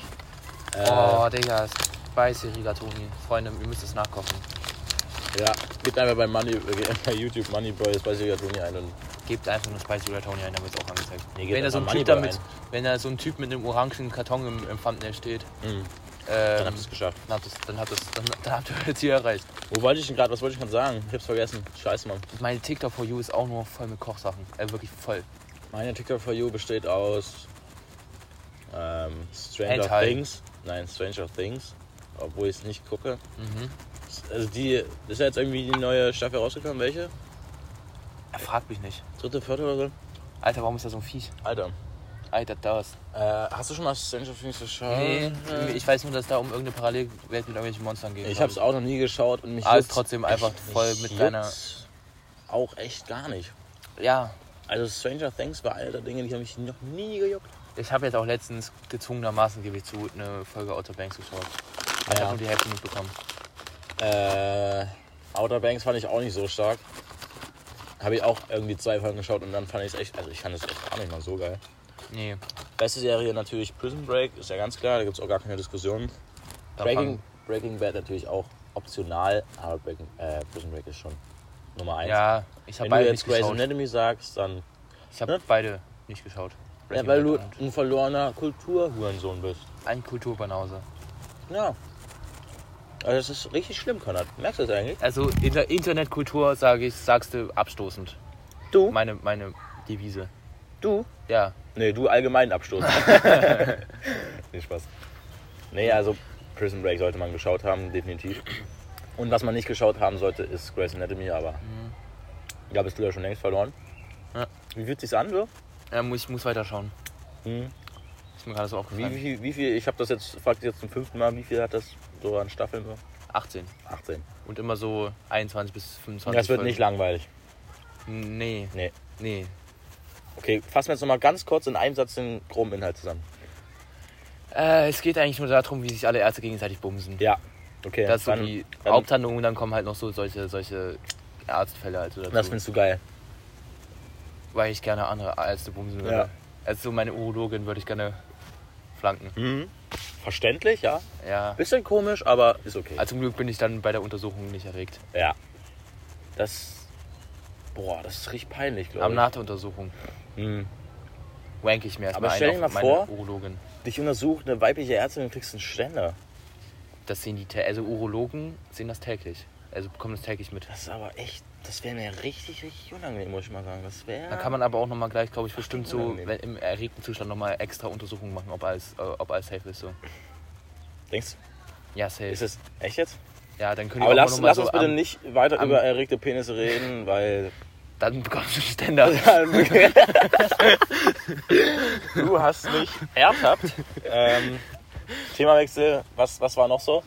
B: Äh,
A: Oh, Digga, Spicy Rigatoni. Freunde, ihr müsst es nachkochen.
B: Ja, gebt einfach bei, Money, äh, bei YouTube Moneyboy das weiß ich ja Toni ein
A: Ähm,
B: und
A: Gebt einfach nur Spicy Rigatoni ein, dann wird es auch angezeigt.
B: Nee, gebt
A: wenn, da so ein
B: einfach
A: typ
B: Moneyball
A: damit, wenn da so ein Typ mit einem orangen Karton im, im Thumbnail steht, ähm,
B: Hm. dann habt ihr es geschafft.
A: dann habt ihr dann habt ihr's- dann, dann habt ihr das Ziel erreicht.
B: Wo wollte ich denn gerade? Was wollte ich gerade sagen? Ich hab's vergessen. Scheiße, Mann.
A: Meine TikTok for You ist auch nur voll mit Kochsachen. Äh, wirklich voll.
B: Meine TikTok for You besteht aus ähm, Stranger
A: Hentai.
B: Things. Nein, Stranger Things. Obwohl ich es nicht gucke.
A: Mhm.
B: Also die ist ja jetzt irgendwie die neue Staffel rausgekommen. Welche?
A: Er fragt mich nicht.
B: Dritte, vierte oder so?
A: Alter, warum ist da so ein Viech?
B: Alter.
A: Alter, das.
B: Äh, hast du schon mal Stranger Things geschaut?
A: Nee, ich weiß nur, dass da um irgendeine Parallelwelt mit irgendwelchen Monstern geht.
B: Ich
A: glaub
B: hab's auch noch nie geschaut und mich
A: Aber ist
B: juckt's-
A: trotzdem einfach
B: mich
A: voll mit
B: juckt's
A: deiner-
B: Auch echt gar nicht.
A: Ja,
B: Also Stranger Things war einer der Dinge, die haben mich noch nie gejuckt.
A: ich habe jetzt auch letztens gezwungenermaßen, gebe ich zu, eine Folge Outer Banks geschaut. Ich habe nur die Hälfte mitbekommen.
B: Äh, Outer Banks fand ich auch nicht so stark. Habe ich auch irgendwie zwei Folgen geschaut und dann fand ich es echt, also ich fand es echt gar nicht mal so geil.
A: Nee,
B: Beste Serie natürlich Prison Break, ist ja ganz klar, da gibt es auch gar keine Diskussion.
A: da
B: Breaking, Breaking Bad natürlich auch optional, aber Breaking, äh, Prison Break ist schon Nummer
A: fang-
B: eins.
A: Ja, ich habe
B: Wenn du
A: beide
B: jetzt
A: nicht
B: Grey's
A: geschaut.
B: Anatomy sagst, dann
A: Ich habe
B: ne?
A: beide nicht geschaut.
B: ja,
A: Breaking
B: weil du
A: Bad und
B: ein verlorener Kulturhurensohn bist.
A: ein Kulturbanause.
B: Ja. Also das ist richtig schlimm, Konrad. Merkst du das eigentlich?
A: Also Inter Internetkultur, sage ich, sagst du abstoßend.
B: Du?
A: Meine, meine Devise.
B: Du?
A: Ja,
B: Nee, du allgemein Absturz. nee, Spaß. Nee, also Prison Break sollte man geschaut haben, definitiv. Und was man nicht geschaut haben sollte, ist Grey's Anatomy, aber da bist du ja schon längst verloren.
A: Mhm. Ja.
B: Wie fühlt sich's an, so?
A: ja muss, ich muss weiterschauen.
B: Mhm.
A: Ist mir gerade so
B: Wie,
A: aufgefallen.
B: wie, viel- wie viel, ich habe das jetzt, frag dich jetzt zum fünften Mal, wie viel hat das so an Staffeln? So?
A: 18.
B: 18.
A: Und immer so 21 bis 25.
B: Das wird
A: Folgen.
B: nicht langweilig.
A: Nee.
B: Nee.
A: Nee.
B: Okay, fassen wir jetzt nochmal ganz kurz in einem Satz den groben Inhalt zusammen.
A: Äh, es geht eigentlich nur darum, wie sich alle Ärzte gegenseitig bumsen.
B: Ja. Okay,
A: das ist so
B: dann,
A: die
B: dann-
A: Haupthandlung und dann kommen halt noch so solche, solche Arztfälle halt so dazu.
B: das findest du geil.
A: weil ich gerne andere Ärzte bumsen würde.
B: Ja.
A: Also so meine Urologin würde ich gerne flanken.
B: Hm. Verständlich, ja.
A: Ja.
B: Bisschen komisch, aber ist okay.
A: Also zum Glück bin ich dann bei der Untersuchung nicht erregt.
B: Ja. Das. Boah, das ist richtig peinlich, glaube
A: Aber
B: ich.
A: nach der Untersuchung
B: Hm.
A: wank ich mir erstmal
B: Aber
A: ein
B: stell dir
A: auf
B: mal
A: meine
B: vor-
A: Urologin.
B: Dich untersucht eine weibliche Ärztin und kriegst einen Ständer.
A: Das sehen die, tä- also Urologen sehen das täglich. Also bekommen das täglich mit.
B: Das ist aber echt. Das wäre mir richtig, richtig unangenehm, muss ich mal sagen. Das wäre.
A: Dann kann man aber auch nochmal gleich, glaube ich, bestimmt so
B: unangenehm.
A: wenn, im erregten Zustand nochmal extra Untersuchungen machen, ob alles, äh, ob alles safe ist. So.
B: Denkst
A: Ja, safe.
B: du, ist es echt jetzt?
A: Ja, dann können die
B: Aber
A: auch
B: lass,
A: noch mal
B: lass
A: so
B: uns bitte
A: am-
B: nicht weiter
A: am-
B: über erregte Penisse reden, weil.
A: Dann bekommst du einen Ständer.
B: du hast mich ernsthaft. Ähm, Themawechsel, was, was war noch so?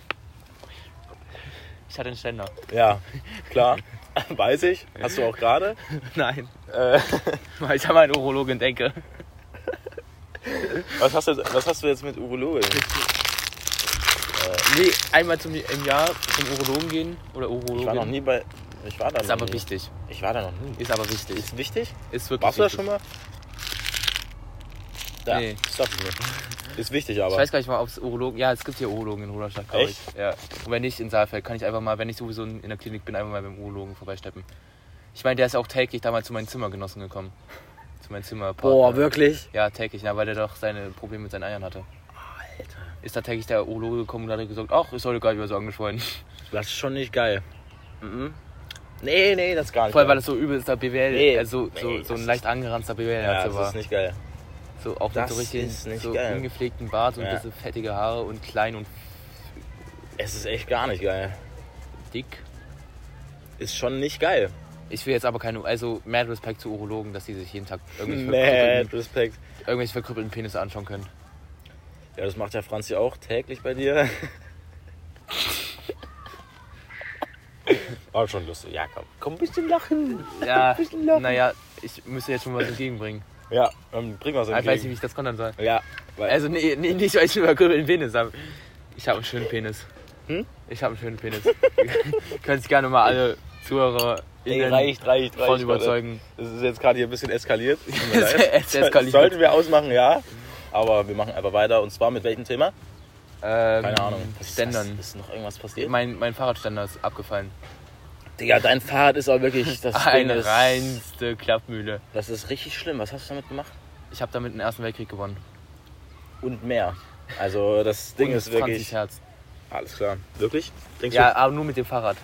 A: Ich hatte einen Ständer.
B: Ja, klar. Weiß ich. Hast du auch gerade.
A: Nein.
B: Äh,
A: Weil ich an meine Urologin denke.
B: Was hast, du, was hast du jetzt mit Urologin?
A: Nee, einmal zum, im Jahr zum Urologen gehen oder Urologin.
B: Ich war noch nie bei. Ich war da
A: Ist
B: noch
A: aber
B: nie.
A: wichtig.
B: Ich war da noch nie.
A: Ist aber wichtig.
B: Ist wichtig?
A: Ist wirklich
B: Warst du da
A: wichtig.
B: schon mal? Da,
A: Nee.
B: das darf ich nicht. Ist wichtig aber.
A: Ich weiß gar nicht mal, ob es Urologen. Ja, es gibt hier Urologen in Rudolstadt, glaube ich.
B: Echt?
A: Ja. Und wenn nicht in Saalfeld, kann ich einfach mal, wenn ich sowieso in in der Klinik bin, einfach mal beim Urologen vorbeisteppen. Ich meine, der ist auch täglich damals zu meinen Zimmergenossen gekommen. zu meinem Zimmer.
D: Boah, wirklich?
A: Ja, täglich, na, weil der doch seine Probleme mit seinen Eiern hatte.
D: Alter.
A: Ist da täglich der Urologe gekommen und hat gesagt, ach, ist heute gar nicht mehr so angeschwollen.
D: Das ist schon nicht geil.
A: Mhm.
D: Nee, nee, das ist gar nicht
A: Vor allem, weil
D: geil.
A: das so übelster BWL,
D: Nee,
A: also so,
D: nee,
A: so
D: das
A: ein leicht angeranzter BWL
B: Ja,
A: ja,
B: das
A: also war.
B: ist nicht geil.
A: So auch mit
D: das
A: so richtig
D: ist nicht
A: so
D: geil.
A: ungepflegten Bart und
B: Ja.
A: diese fettige Haare und klein und
B: Es ist echt gar nicht geil.
A: dick.
B: Ist schon nicht geil.
A: Ich will jetzt aber keine, also mad Respekt zu Urologen, dass die sich jeden Tag irgendwelche
B: Mad
A: verkrüppelten,
B: Respekt.
A: irgendwelche verkrüppelten Penisse anschauen können.
B: Ja, das macht der Franzi auch täglich bei dir. War schon lustig. Ja, komm. Komm ein bisschen lachen.
A: Ja, naja, ich müsste jetzt schon was entgegenbringen.
B: Ja, dann bring was
A: Ah, Ich weiß nicht, wie
B: entgegen.
A: ich das kontern soll.
B: Ja, weil
A: Also nee, nee nicht, weil ich einen verkrüppelten Penis habe. Ich habe einen schönen Penis.
B: Hm?
A: Ich habe einen schönen Penis. Können sich gerne mal alle Zuhörer
B: Ey, reicht, reicht, reicht.
A: von überzeugen.
B: Es ist jetzt gerade hier ein bisschen eskaliert. Tut mir
A: Es
B: leid.
A: ist eskaliert.
B: Sollten wir ausmachen, ja. Aber wir machen einfach weiter. Und zwar mit welchem Thema?
A: Ähm,
B: Keine Ahnung. Was ist das?
A: Ständern.
B: Ist noch irgendwas passiert?
A: Mein, mein Fahrradständer ist abgefallen.
B: Digga, dein Fahrrad ist auch wirklich das Ding
A: Eine
B: ist-
A: reinste Klappmühle.
B: Das ist richtig schlimm. Was hast du damit gemacht?
A: Ich habe damit den Ersten Weltkrieg gewonnen.
B: Und mehr. Also das Ding
A: Und
B: ist wirklich.
A: 20 Hertz.
B: Alles klar. Wirklich? Denkst
A: Ja, aber nur mit dem Fahrrad.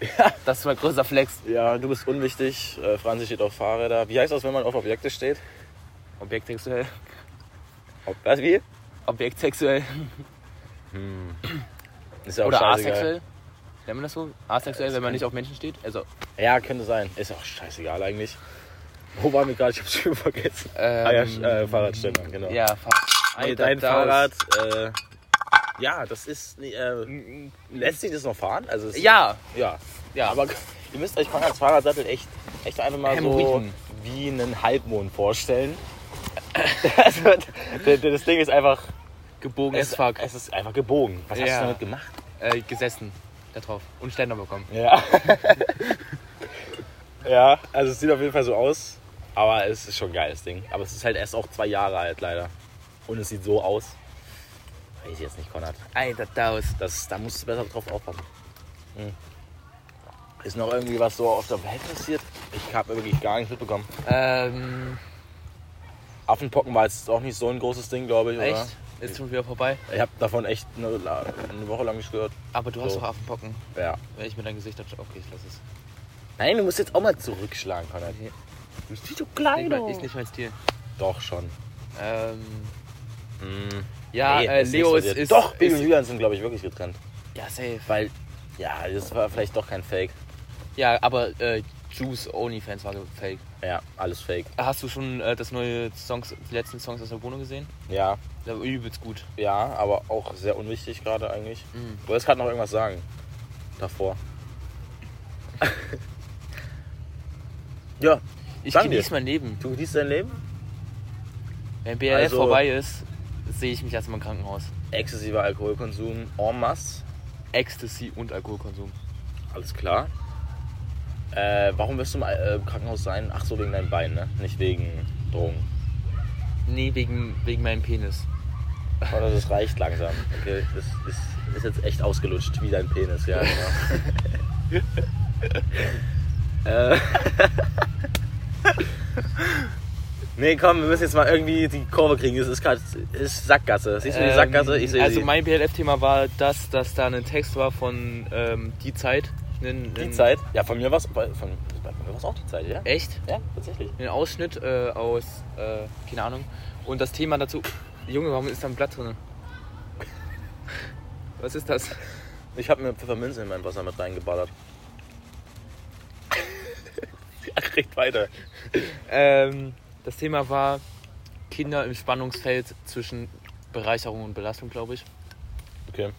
A: Das ist mein großer Flex.
B: du? Ja, du bist unwichtig. Äh, Franzi steht auf Fahrräder. Wie heißt das, wenn man auf Objekte steht?
A: Objektsexuell.
B: Ob, was, wie?
A: Objektsexuell.
B: Ist ja auch
A: Oder
B: scheißegal.
A: asexuell. Nennt man das so? Asexuell, wenn man nicht auf Menschen steht? Also,
B: Ja, könnte sein. Ist auch scheißegal eigentlich. Wo waren wir gerade? Ich hab's schon vergessen.
A: Ähm,
B: ah, ja, Sch- äh, Fahrradständer, genau.
A: ja, fuck.
B: Ey,
A: Und
B: dein
A: da- da
B: Fahrrad,
A: ist-
B: äh, ja, das ist, äh, lässt sich das noch fahren? Also es-
A: Ja,
B: ja.
A: ja.
B: Aber ihr müsst euch Fahrrad, Fahrradsattel echt, echt einfach mal so
A: Hämorrhoiden.
B: wie einen Halbmond vorstellen. also, d- d- das Ding ist einfach,
A: gebogen
B: es,
A: as fuck.
B: es ist einfach gebogen. Was hast
A: Ja.
B: du damit gemacht?
A: Äh, gesessen. Da drauf. Und Ständer bekommen.
B: Ja. ja, also es sieht auf jeden Fall so aus. Aber es ist schon ein geiles Ding. Aber es ist halt erst auch zwei Jahre alt, leider. Und es sieht so aus. Weiß ich jetzt nicht, Konrad.
A: Alter, da ist.
B: Das, da musst du besser drauf aufpassen. Hm. Ist noch irgendwie was so auf der Welt passiert? Ich habe wirklich gar nichts mitbekommen.
A: Ähm,
B: Affenpocken war jetzt auch nicht so ein großes Ding, glaube ich. Oder?
A: echt? Ist schon wieder vorbei.
B: Ich habe davon echt eine, La- eine Woche lang nicht gehört.
A: Aber du hast
B: So.
A: doch Affenpocken.
B: Ja.
A: Wenn ich mir dein Gesicht dachte, okay, ich lass es.
B: Nein, du musst jetzt auch mal zurückschlagen, Konrad. Du bist nicht so
A: Ich
B: klein.
A: mein-
B: oh.
A: Ist nicht mein Stil.
B: Doch schon.
A: Ähm,
B: Hm.
A: ja,
B: Nee,
A: äh,
B: ist
A: Leo
B: nicht
A: ist,
B: passiert.
A: ist.
B: Doch, Baby und
A: ist,
B: Julian sind, glaube ich, wirklich getrennt.
A: Ja, safe.
B: Weil, ja, das war vielleicht doch kein Fake.
A: Ja, aber äh, Juice OnlyFans war fake.
B: Ja, alles Fake.
A: Hast du schon äh, das neue Songs, die letzten Songs aus der Wohnung gesehen?
B: Ja,
A: Ja, übelst gut.
B: ja, aber auch sehr unwichtig gerade eigentlich.
A: Mhm.
B: Du wolltest gerade noch irgendwas sagen. Davor. ja,
A: Ich
B: Danke.
A: genieße mein Leben.
B: du genießt dein Leben?
A: Wenn BLF
B: Also-
A: vorbei ist, sehe ich mich erstmal im Krankenhaus.
B: Exzessiver Alkoholkonsum en masse.
A: Ecstasy und Alkoholkonsum.
B: Alles klar. Äh, warum wirst du im Al- äh, Krankenhaus sein? Ach so, wegen deinem Bein, ne? Nicht wegen Drogen.
A: Nee, wegen, wegen meinem Penis.
B: Oder das reicht langsam. Okay, das ist, ist jetzt echt ausgelutscht, wie dein Penis, ja, genau. äh. nee, komm, wir müssen jetzt mal irgendwie die Kurve kriegen. Es ist gerade ist Sackgasse. Siehst du die
A: Ähm,
B: Sackgasse? Ich sehe
A: Also
B: sie.
A: mein BLF-Thema war das, dass da ein Text war von ähm, Die Zeit. Nen-
B: die
A: nen-
B: Zeit. Ja, von mir war es von, von mir war's auch die Zeit, ja?
A: Echt?
B: Ja, tatsächlich.
A: Ein Ausschnitt äh, aus, äh, keine Ahnung. Und das Thema dazu. Junge, warum ist da ein Blatt drin? Was ist das?
B: Ich habe mir Pfefferminze in mein Wasser mit reingeballert. Ach, recht weiter.
A: Ähm, das Thema war Kinder im Spannungsfeld zwischen Bereicherung und Belastung, glaube ich.
B: Okay.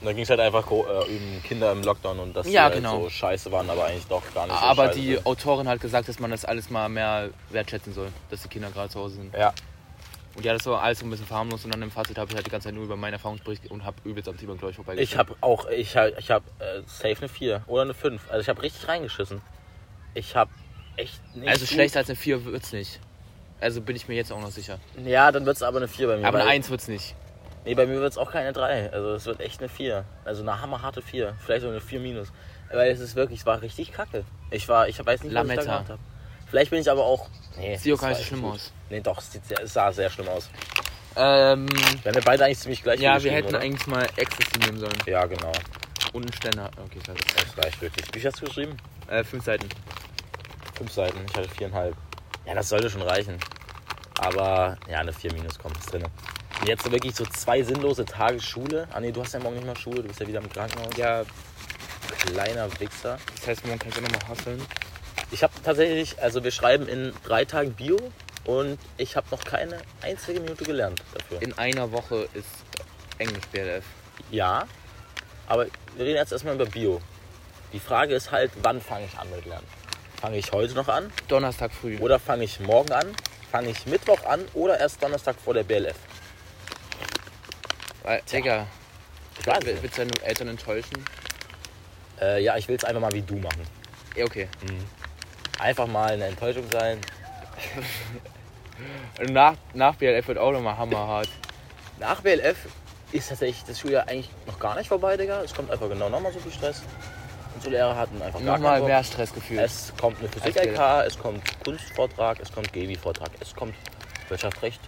B: Und dann ging es halt einfach gro- äh, um Kinder im Lockdown und dass
A: Ja,
B: die
A: genau.
B: halt so scheiße waren, aber eigentlich doch gar nicht so
A: Aber
B: scheiße
A: die
B: sind.
A: Autorin hat gesagt, dass man das alles mal mehr wertschätzen soll, dass die Kinder gerade zu Hause sind.
B: Ja,
A: Und ja, das war alles so ein bisschen harmlos und dann im Fazit habe ich halt die ganze Zeit nur über meine Erfahrungsbericht und habe übelst am Thema, glaube ich, vorbeigeschaut.
B: ich habe auch, ich habe ich hab, äh, safe eine 4 oder eine 5. Also ich habe richtig reingeschissen. Ich habe echt nicht
A: Also
B: gut-
A: schlechter als eine 4 wird's nicht. Also bin ich mir jetzt auch noch sicher.
B: Ja, dann wird es aber eine 4 bei mir.
A: Aber eine
B: weil-
A: 1 wird's nicht.
B: Nee, bei mir wird es auch keine 3. Also es wird echt eine 4. Also eine hammerharte 4. Vielleicht sogar eine 4 minus. Weil es ist wirklich, es war richtig kacke. Ich war, ich weiß nicht, was ich
A: Lametta.
B: da gemacht habe. Vielleicht bin ich aber auch. Nee,
A: Sieht auch gar
B: das war
A: nicht so
B: echt
A: schlimm
B: gut.
A: aus.
B: Nee, doch, es, sieht sehr, es sah sehr schlimm aus.
A: Ähm,
B: Wir haben ja beide eigentlich ziemlich gleich
A: ja, wir
B: geschrieben,
A: hätten
B: oder?
A: eigentlich mal Ecstasy nehmen sollen.
B: Ja, genau.
A: Und einen Ständer. Okay, scheiße.
B: Das gleich wirklich. Wie viel hast du geschrieben?
A: Äh, fünf Seiten.
B: Fünf Seiten. Ich hatte viereinhalb. Ja, das sollte schon reichen. Aber ja, eine 4 minus kommt ist drin. Und jetzt so wirklich so zwei sinnlose Tage Schule. Ah nee, du hast ja morgen nicht mal Schule, du bist ja wieder im Krankenhaus.
A: Ja,
B: Kleiner Wichser.
A: das heißt, man kann es auch nochmal hasseln.
B: Ich habe tatsächlich, also wir schreiben in drei Tagen Bio und ich habe noch keine einzige Minute gelernt dafür.
A: In einer Woche ist Englisch BLF.
B: Ja, aber wir reden jetzt erstmal über Bio. Die Frage ist halt, wann fange ich an mit Lernen? Fange ich heute noch an
A: Donnerstag früh.
B: oder fange ich morgen an? Fange ich Mittwoch an oder erst Donnerstag vor der BLF?
A: Äh, Digga,
B: Ich weiß es
A: will-
B: nicht.
A: willst du deine Eltern enttäuschen?
B: Äh, ja, ich will es einfach mal wie du machen.
A: Ja, okay.
B: Einfach mal eine Enttäuschung sein. Hm.
A: Und Nach, nach BLF wird auch nochmal hammerhart.
B: Nach BLF ist tatsächlich das Schuljahr eigentlich noch gar nicht vorbei, Digga. Es kommt einfach genau nochmal so viel Stress. Unsere Lehrer hatten einfach gar
A: nochmal
B: keinen Bock.
A: mehr Stressgefühl.
B: Es kommt eine Physik-LK, es kommt Kunstvortrag, es kommt GEWI-Vortrag, es kommt Wirtschaftsrecht,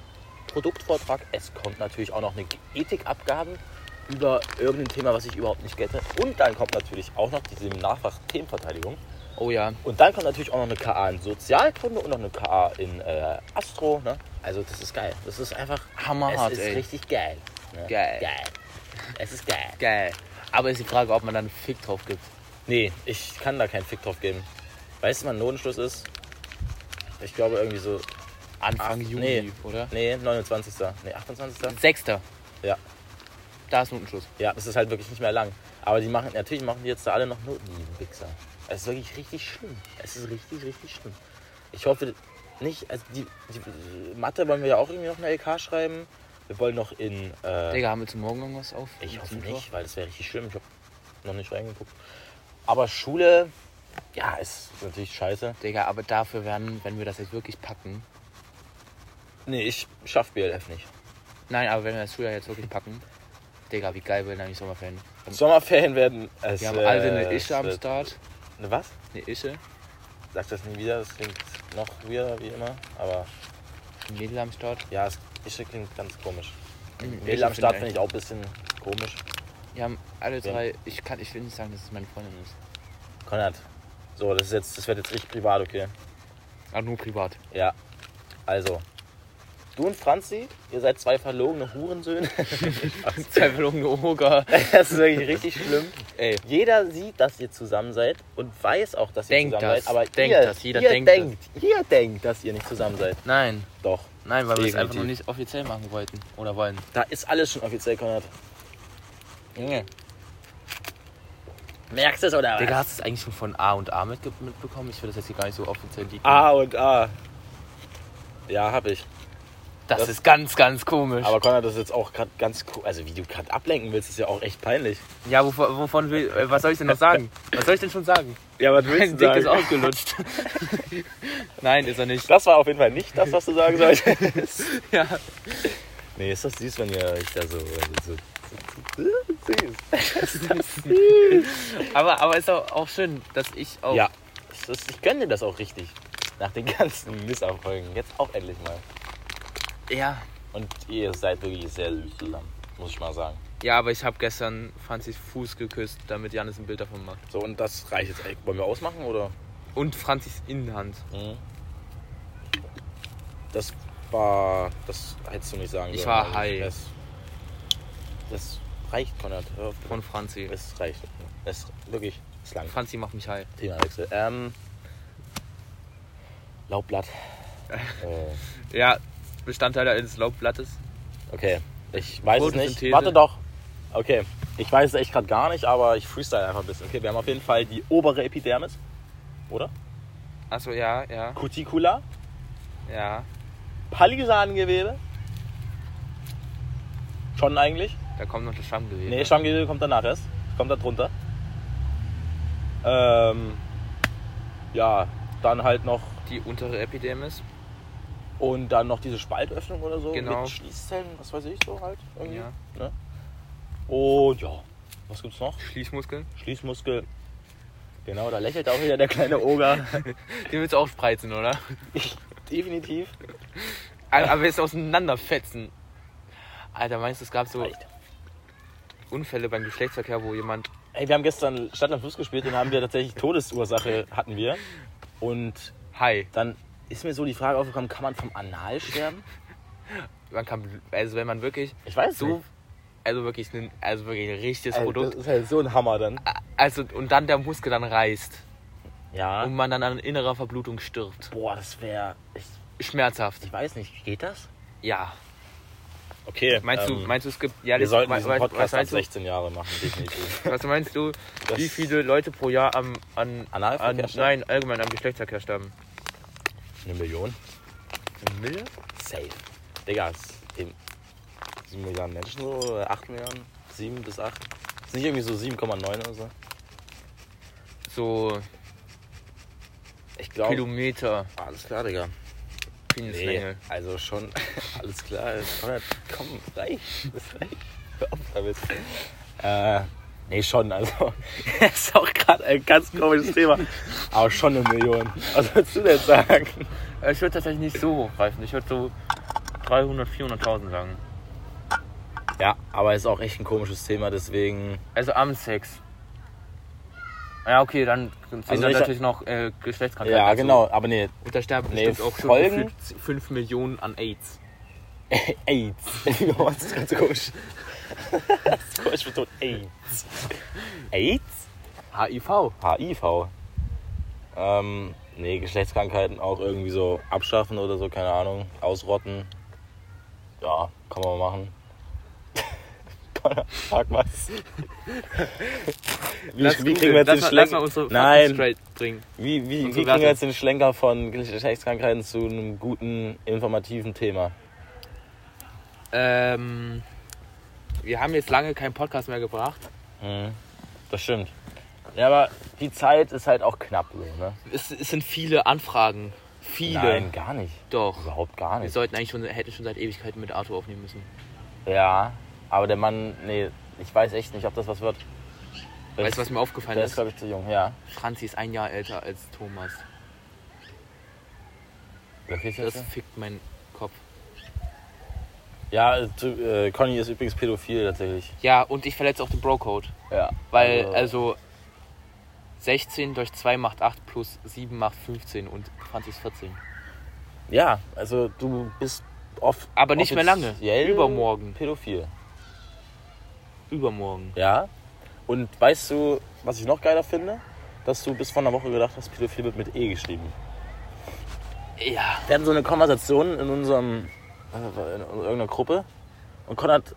B: Produktvortrag, es kommt natürlich auch noch eine Ethikabgabe über irgendein Thema, was ich überhaupt nicht kenne. Und dann kommt natürlich auch noch die Seminarfach-Themenverteidigung.
A: Oh ja.
B: Und dann kommt natürlich auch noch eine KA in Sozialkunde und noch eine KA in äh, Astro. Ne? Also das ist geil. Das ist einfach
A: Hammerhart,
B: Es ist
A: ey.
B: richtig geil. ne?
A: Geil.
B: Geil. Es ist geil.
A: Geil. Aber ist die Frage, ob man da einen Fick drauf gibt.
B: Nee, ich kann da keinen Fick drauf geben. Weißt du, wann Notenschluss ist? Ich glaube irgendwie so
A: Anfang
B: Ach,
A: Juni,
B: nee.
A: oder?
B: Nee, 29. Nee, 28.
A: Sechster.
B: Ja.
A: Da ist Notenschluss.
B: Ja, das ist halt wirklich nicht mehr lang. Aber die machen, natürlich machen die jetzt da alle noch Noten, die Wichser. Es ist wirklich richtig schlimm. Es ist richtig, richtig schlimm. Ich hoffe nicht, also die, die Mathe wollen wir ja auch irgendwie noch eine LK schreiben. Wir wollen noch in. Äh,
A: Digga, haben wir zum Morgen irgendwas auf?
B: ich hoffe
A: Zum Mittwoch?
B: nicht, weil das wäre richtig schlimm. Ich habe noch nicht reingeguckt. Aber Schule, ja, ist natürlich scheiße.
A: Digga, aber dafür werden, wenn wir das jetzt wirklich packen.
B: Nee, ich schaff BLF nicht.
A: Nein, aber wenn wir das Schuljahr jetzt wirklich packen. Digga, wie geil werden eigentlich Sommerferien.
B: Sommerferien werden. Es,
A: Wir haben alle eine
B: äh, es
A: Ische am
B: wird-
A: Start.
B: Eine was?
A: Eine Ische.
B: Sag das nie wieder, das klingt noch weirder wie immer. Aber
A: Ein Mädel am Start.
B: ja, es, Ische klingt ganz komisch.
A: Ein
B: Mädel am Start finde ich auch ein bisschen komisch.
A: Wir haben alle
B: Ja.
A: drei. Ich, kann, ich will nicht sagen, dass es meine Freundin ist.
B: Konrad, so, das, ist jetzt, das wird jetzt richtig privat, okay?
A: Aber Ah, nur privat.
B: Ja. Also, du und Franzi, ihr seid zwei verlogene Hurensöhne.
A: Zwei verlogene Oger.
B: das ist wirklich richtig schlimm.
A: Ey.
B: Jeder sieht, dass ihr zusammen seid und weiß auch, dass ihr
A: Denkt
B: zusammen
A: das,
B: seid. Aber
A: denkt
B: ihr,
A: das, jeder
B: ihr
A: denkt das.
B: Ihr denkt, dass ihr nicht zusammen seid.
A: Nein.
B: Doch.
A: Nein, weil wir es einfach
B: Definitiv.
A: noch nicht offiziell machen wollten. Oder wollen.
B: Da ist alles schon offiziell, Konrad. Junge. Merkst du es oder
A: Digga, hast du es eigentlich schon von A und A mitge mitbekommen? Ich will das jetzt hier gar nicht so offiziell liegen.
B: A und A. Ja, hab ich.
A: das,
B: das-
A: ist ganz, ganz komisch.
B: Aber Konrad, das ist jetzt auch gerade ganz cool. Also, wie du gerade ablenken willst, ist ja auch echt peinlich.
A: ja, wovon, wovon will. äh, Was soll ich denn noch sagen? Was soll ich denn schon sagen?
B: Ja, was
A: Mein Dick ist ausgelutscht. Nein, ist er nicht.
B: Das war auf jeden Fall nicht das, was du sagen solltest.
A: Ja.
B: nee, ist das süß, wenn ihr euch da so. äh, so süß.
A: Aber, aber ist auch, auch schön, dass ich auch.
B: Ja. Es ist, ich gönne dir das auch richtig. Nach den ganzen Misserfolgen. Jetzt auch endlich mal.
A: Ja,
B: Und ihr seid wirklich sehr süß zusammen, muss ich mal sagen.
A: Ja, aber ich habe gestern Franzis Fuß geküsst, damit Janis ein Bild davon macht.
B: So, und das reicht jetzt. Ey, Wollen wir ausmachen oder?
A: Und Franzis Innenhand.
B: Das war. Das hättest du nicht sagen
A: Ich
B: sollen.
A: war
B: Also,
A: high.
B: Das, das reicht, Konrad. Hör auf.
A: Von Franzi.
B: Es reicht. Es wirklich. Es lang.
A: Franzi macht mich high.
B: Themawechsel. Ähm. Laubblatt. äh,
A: Ja, Bestandteil eines Laubblattes.
B: okay. Ich weiß es nicht.
A: Photosynthese.
B: Warte doch. Okay. Ich weiß es echt gerade gar nicht, aber ich freestyle einfach ein bisschen. Okay, wir haben auf jeden Fall die obere Epidermis. Oder?
A: Achso, ja, ja,
B: Cuticula.
A: ja.
B: Palisadengewebe. Schon eigentlich.
A: Da kommt noch das Stammgewebe.
B: Nee, Stammgewebe kommt danach erst. Kommt da drunter. Ähm, ja, dann halt noch.
A: Die untere Epidermis.
B: Und dann noch diese Spaltöffnung oder so.
A: Genau.
B: Mit Schließzellen, was weiß ich so halt. Irgendwie.
A: Ja.
B: Ne? Und ja, was gibt's noch?
A: Schließmuskeln.
B: Schließmuskel. Genau, da lächelt auch wieder der kleine Oger.
A: Den willst du auch spreizen, oder?
B: Definitiv.
A: Aber aber jetzt auseinanderfetzen. Alter, meinst du, es gab so
B: Reicht.
A: Unfälle beim Geschlechtsverkehr, wo jemand.
B: Ey, wir haben gestern Stadt am Fluss gespielt und haben wir tatsächlich Todesursache hatten wir. Und
A: Hi.
B: dann ist mir so die Frage aufgekommen, kann man vom Anal sterben?
A: Man kann, also wenn man wirklich
B: Ich weiß
A: so. Also wirklich, ein, also wirklich ein richtiges
B: Ey, das
A: Produkt.
B: ist halt so ein Hammer dann.
A: Also, und dann der Muskel dann reißt.
B: Ja.
A: Und man dann an innerer Verblutung stirbt.
B: Boah, das wäre. Ich,
A: Schmerzhaft.
B: ich weiß nicht, geht das?
A: Ja.
E: Okay.
A: Meinst du,
E: ähm,
A: meinst du, es gibt. Ja,
B: Wir
A: das-
B: sollten
A: we-
B: diesen
A: we-
B: Podcast ab
A: was, meinst
B: 16 Jahre machen, definitiv.
A: du, was meinst du,
B: Das-
A: wie viele Leute pro Jahr am. An, an,
B: Analverkehr sterben?
A: nein, allgemein am Geschlechtsverkehr sterben?
B: Eine Million?
A: Eine Mille?
B: Safe. Digga, es eben 7 Milliarden Menschen so, oder 8 Milliarden? 7 bis 8. Ist nicht irgendwie so 7,9 oder so?
A: So
B: Ich glaube.
A: Kilometer
B: Alles klar, Digga. Nee,
A: Penislänge.
B: also schon, alles klar. Konrad, Komm, reicht. Das reicht. Hör auf damit. Äh, nee, schon, also. ist auch gerade ein ganz komisches Thema. Aber schon eine Million. Was würdest du denn sagen?
A: Ich würde tatsächlich nicht so hoch greifen. Ich würde so 300, 400.000 sagen.
B: Ja, aber ist auch echt ein komisches Thema, deswegen.
A: Also am Sex. Ja, okay, dann sind
B: Also
A: dann
B: ich-
A: natürlich noch äh, Geschlechtskrankheiten.
B: Ja,
A: dazu.
B: genau, aber nee,
A: Und da sterben
B: Nee,
A: bestimmt auch
B: Folgen?
A: schon 5 Millionen an AIDS.
B: AIDS. das ist ganz komisch. das ist komisch betont. AIDS. AIDS?
A: HIV.
B: HIV. Ähm, nee, Geschlechtskrankheiten auch irgendwie so abschaffen oder so, keine Ahnung. Ausrotten. Ja, kann man machen. Connor, Sag was. Wie, wie kriegen wir jetzt den
A: lass, mal- lass mal
B: Schlenker?
A: unsere Fakten
B: Nein,
A: straight bringen.
B: wie, wie, wie
A: unsere
B: kriegen wir
A: Werte.
B: jetzt den Schlenker von Geschlechtskrankheiten zu einem guten, informativen Thema?
A: Ähm, wir haben jetzt lange keinen Podcast mehr gebracht.
B: Mhm. Das stimmt. Ja, aber die Zeit ist halt auch knapp so, ne?
A: Es, es sind viele Anfragen. Viele.
B: Nein, gar nicht.
A: Doch.
B: Überhaupt gar
A: Wir
B: nicht.
A: sollten eigentlich schon, hätten schon seit Ewigkeiten mit Arthur aufnehmen müssen.
B: Ja, aber der Mann, nee, ich weiß echt nicht, ob das was wird. Der
A: Weißt du, was
B: ist-
A: mir aufgefallen
B: Der ist,
A: ist?
B: glaube ich, zu jung, ja.
A: Franzi ist ein Jahr älter als Thomas.
B: Wirklich
A: Das
B: jetzt?
A: fickt meinen Kopf.
B: Ja, äh, zu- äh, Conny ist übrigens pädophil tatsächlich.
A: Ja, und ich verletze auch den Bro-Code.
B: Ja.
A: Weil,
B: Oh.
A: also, 16 durch 2 macht 8 plus 7 macht 15 und 20 ist 14.
B: Ja, also du bist oft.
A: Aber nicht mehr lange.
B: offiziell
A: Übermorgen.
B: Pädophil.
A: Übermorgen.
B: Ja. Und weißt du, was ich noch geiler finde? Dass du bis vor einer Woche gedacht hast, Pädophil wird mit E geschrieben.
A: Ja.
B: Wir hatten so eine Konversation in unserem äh, in irgendeiner Gruppe und Konrad,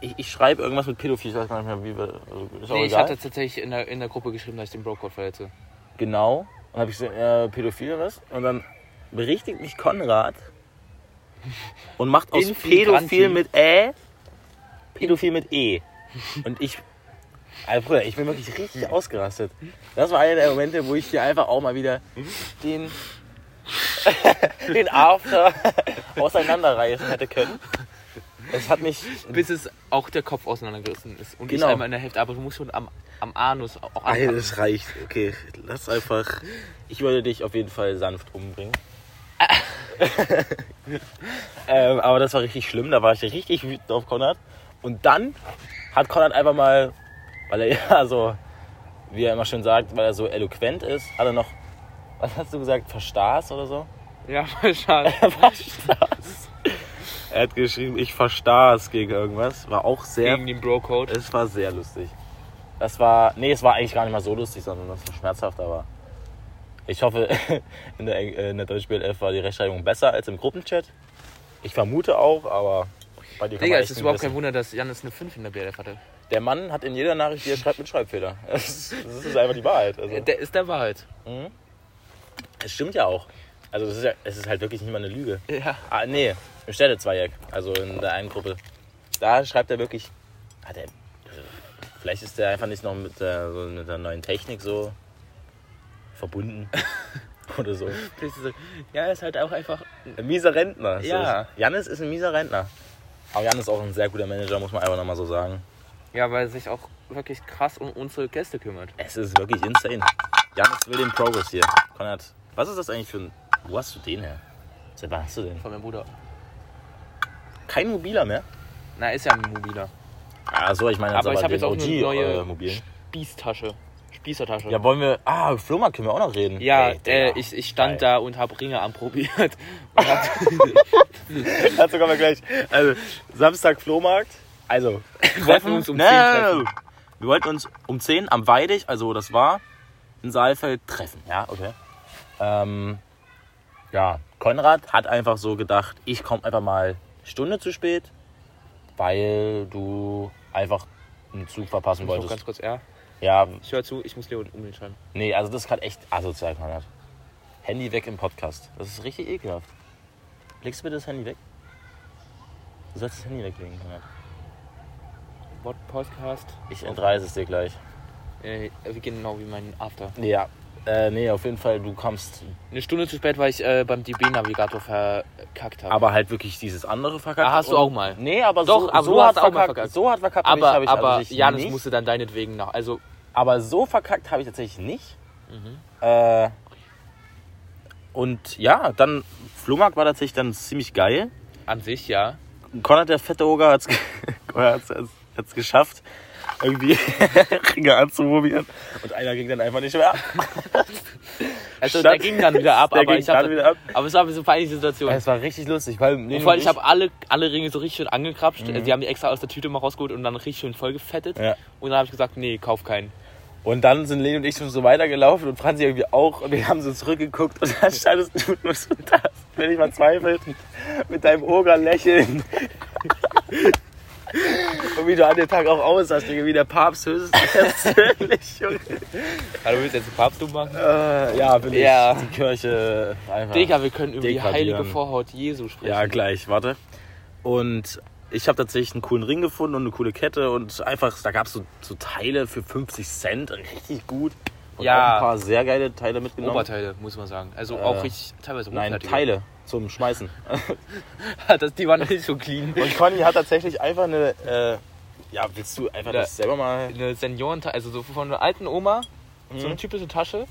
B: ich, ich schreibe irgendwas mit Pädophil, ich weiß gar nicht mehr, wie wir. Also ist auch
A: Nee, ich
B: egal.
A: hatte tatsächlich in der, in der Gruppe geschrieben, dass ich den Bro-Code verletze.
B: genau. Und habe ich gesehen, äh, Pädophil oder was? Und dann berichtigt mich Konrad und macht aus
A: Infiltranti.
B: Pädophil mit Ä Pädophil mit E. Und ich. Alter, Bruder, ich bin wirklich richtig ausgerastet. Das war einer der Momente, wo ich dir einfach auch mal wieder den, den After auseinanderreißen hätte können. Es hat mich.
A: Bis es auch der Kopf auseinandergerissen ist. Und
B: Genau.
A: nicht einmal in der Hälfte, aber du musst schon am, am Anus auch
B: Alter,
A: anfangen.
B: das reicht. Okay, lass einfach. Ich würde dich auf jeden Fall sanft umbringen. ähm, aber das war richtig schlimm, da war ich richtig wütend auf Konrad. Und dann hat Konrad einfach mal, weil er ja so, wie er immer schön sagt, weil er so eloquent ist, hat er noch, was hast du gesagt, verstaß oder so?
A: Ja, voll schade.
B: verstaß. Er hat geschrieben, ich verstaß gegen irgendwas. War auch sehr
A: Gegen den Bro-Code.
B: es war sehr lustig. Das war. Nee, es war eigentlich gar nicht mal so lustig, sondern das war schmerzhaft, aber. Ich hoffe, in der, Eng- äh, in der deutschen BLF war die Rechtschreibung besser als im Gruppenchat. Ich vermute auch, aber bei dir kann
A: Digga,
B: man
A: es
B: echt
A: ist
B: nicht
A: überhaupt
B: wissen.
A: kein Wunder, dass Janis eine 5 in der BLF hatte.
B: Der Mann hat in jeder Nachricht, die er schreibt, einen Schreibfehler. Das ist, das ist einfach die Wahrheit. Also,
A: Der ist der Wahrheit.
B: es stimmt ja auch. Also es ist, ja, es ist halt wirklich nicht mal eine Lüge.
A: Ja.
B: Ah, nee, im Städtezweieck, also in der einen Gruppe. Da schreibt er wirklich. Hat er, vielleicht ist er einfach nicht noch mit der, so mit der neuen Technik so verbunden. Oder so.
A: Ja, ist halt auch einfach
B: Ein mieser Rentner. So
A: Ja.
B: ist- Jannis ist ein mieser Rentner. Aber Jan ist auch ein sehr guter Manager, muss man einfach nochmal so sagen.
A: Ja, weil er sich auch wirklich krass um unsere Gäste kümmert.
B: Es ist wirklich insane. Janis will den Progress hier. Konrad, was ist das eigentlich für ein. Wo hast du den her? Seit wann hast du den?
A: Von meinem Bruder.
B: Kein mobiler mehr?
A: Na, ist ja ein mobiler.
B: Ah, so, ich meine, jetzt
A: Aber ich hab
B: den
A: jetzt auch eine
B: OG,
A: neue-
B: äh, mobilen.
A: Spießtasche. Spießertasche.
B: Ja, wollen wir. Ah, Flohmarkt können wir auch noch reden.
A: Ja,
B: Ey,
A: äh,
B: Digga.
A: ich, ich stand da und hab Ringe anprobiert.
B: Dazu kommen wir gleich. Also, Samstag Flohmarkt. Also,
A: wollten uns um 10 treffen.
B: Wir wollten uns um 10 am Weidig, also das war in Saalfeld, treffen. Ja, okay. Ähm, ja, Konrad hat einfach so gedacht, ich komme einfach mal Stunde zu spät, weil du einfach einen Zug verpassen
A: Ich noch
B: wolltest.
A: ganz kurz, ja.
B: Ja,
A: Ich höre zu, ich muss Leon um den schreiben.
B: nee, also das ist gerade echt asozial, Konrad. Handy weg im Podcast. Das ist richtig ekelhaft. Legst du bitte das Handy weg? Du sollst das Handy weglegen, Konrad.
A: What Podcast?
B: Ich entreiße es dir gleich.
A: Äh, genau wie mein After.
B: Ja. Äh, nee, auf jeden Fall, du kommst.
A: Eine Stunde zu spät, weil ich äh, beim DB-Navigator verkackt habe.
B: Aber halt wirklich dieses andere verkackt.
A: Ah, hast du
B: und-
A: auch mal.
B: Nee, aber so,
A: Doch, aber
B: so
A: du
B: hat
A: hast auch mal
B: verkackt.
A: verkackt.
B: So hat verkackt hab ich,
A: aber,
B: hab ich,
A: aber
B: also ich
A: ja, das
B: nicht.
A: musste dann deinetwegen nach. Also,
B: Aber so verkackt habe ich tatsächlich nicht.
A: Mhm.
B: Äh, und ja, dann Flohmarkt war tatsächlich dann ziemlich geil.
A: an sich ja.
B: Konrad der fette Oger hat es geschafft, irgendwie Ringe anzuprobieren. Und einer ging dann einfach nicht mehr ab.
A: Also,
B: Statt-
A: der ging dann wieder ab,
B: Der
A: aber
B: ging
A: ich
B: dann
A: hatte,
B: wieder ab.
A: aber es war eine so peinliche Situation.
B: Es war richtig lustig, weil Lene
A: Und vor
B: und
A: allem, ich habe alle, alle Ringe so richtig schön angekrapscht. Die haben die extra aus der Tüte mal rausgeholt und dann richtig schön vollgefettet.
B: Hm. Ja.
A: Und dann habe ich gesagt, nee, kauf keinen.
B: Und dann sind Leni und ich schon so weitergelaufen und Franzi irgendwie auch. Und wir haben so zurückgeguckt und dann standest du nur so da, wenn ich mal zweifelt, mit deinem Ogerlächeln. und wie du an dem Tag auch aussahst, Digga, wie der Papst höchstpersönlich. Junge.
A: Hallo, willst du jetzt den Papst dumm machen?
B: äh, ja, will ich
A: Ja.
B: die Kirche einfach.
A: Digga, wir können über die
B: Degradieren.
A: heilige Vorhaut Jesu sprechen.
B: Ja, gleich, warte. Und ich habe tatsächlich einen coolen Ring gefunden und eine coole Kette und einfach, da gab es so, so Teile für 50 Cent, richtig gut. Und
A: Ja.
B: auch ein paar sehr geile Teile mitgenommen.
A: Oberteile, muss man sagen. Also auch
B: Äh,
A: richtig teilweise
B: genau. Nein,
A: hochwertige.
B: Teile zum Schmeißen.
A: das, die waren nicht so clean.
B: Und Conny hat tatsächlich einfach eine. Äh, ja, willst du einfach
A: Ja.
B: das selber mal.
A: Eine Seniorentasche, also so von einer alten Oma, so
B: Hm.
A: eine typische Tasche,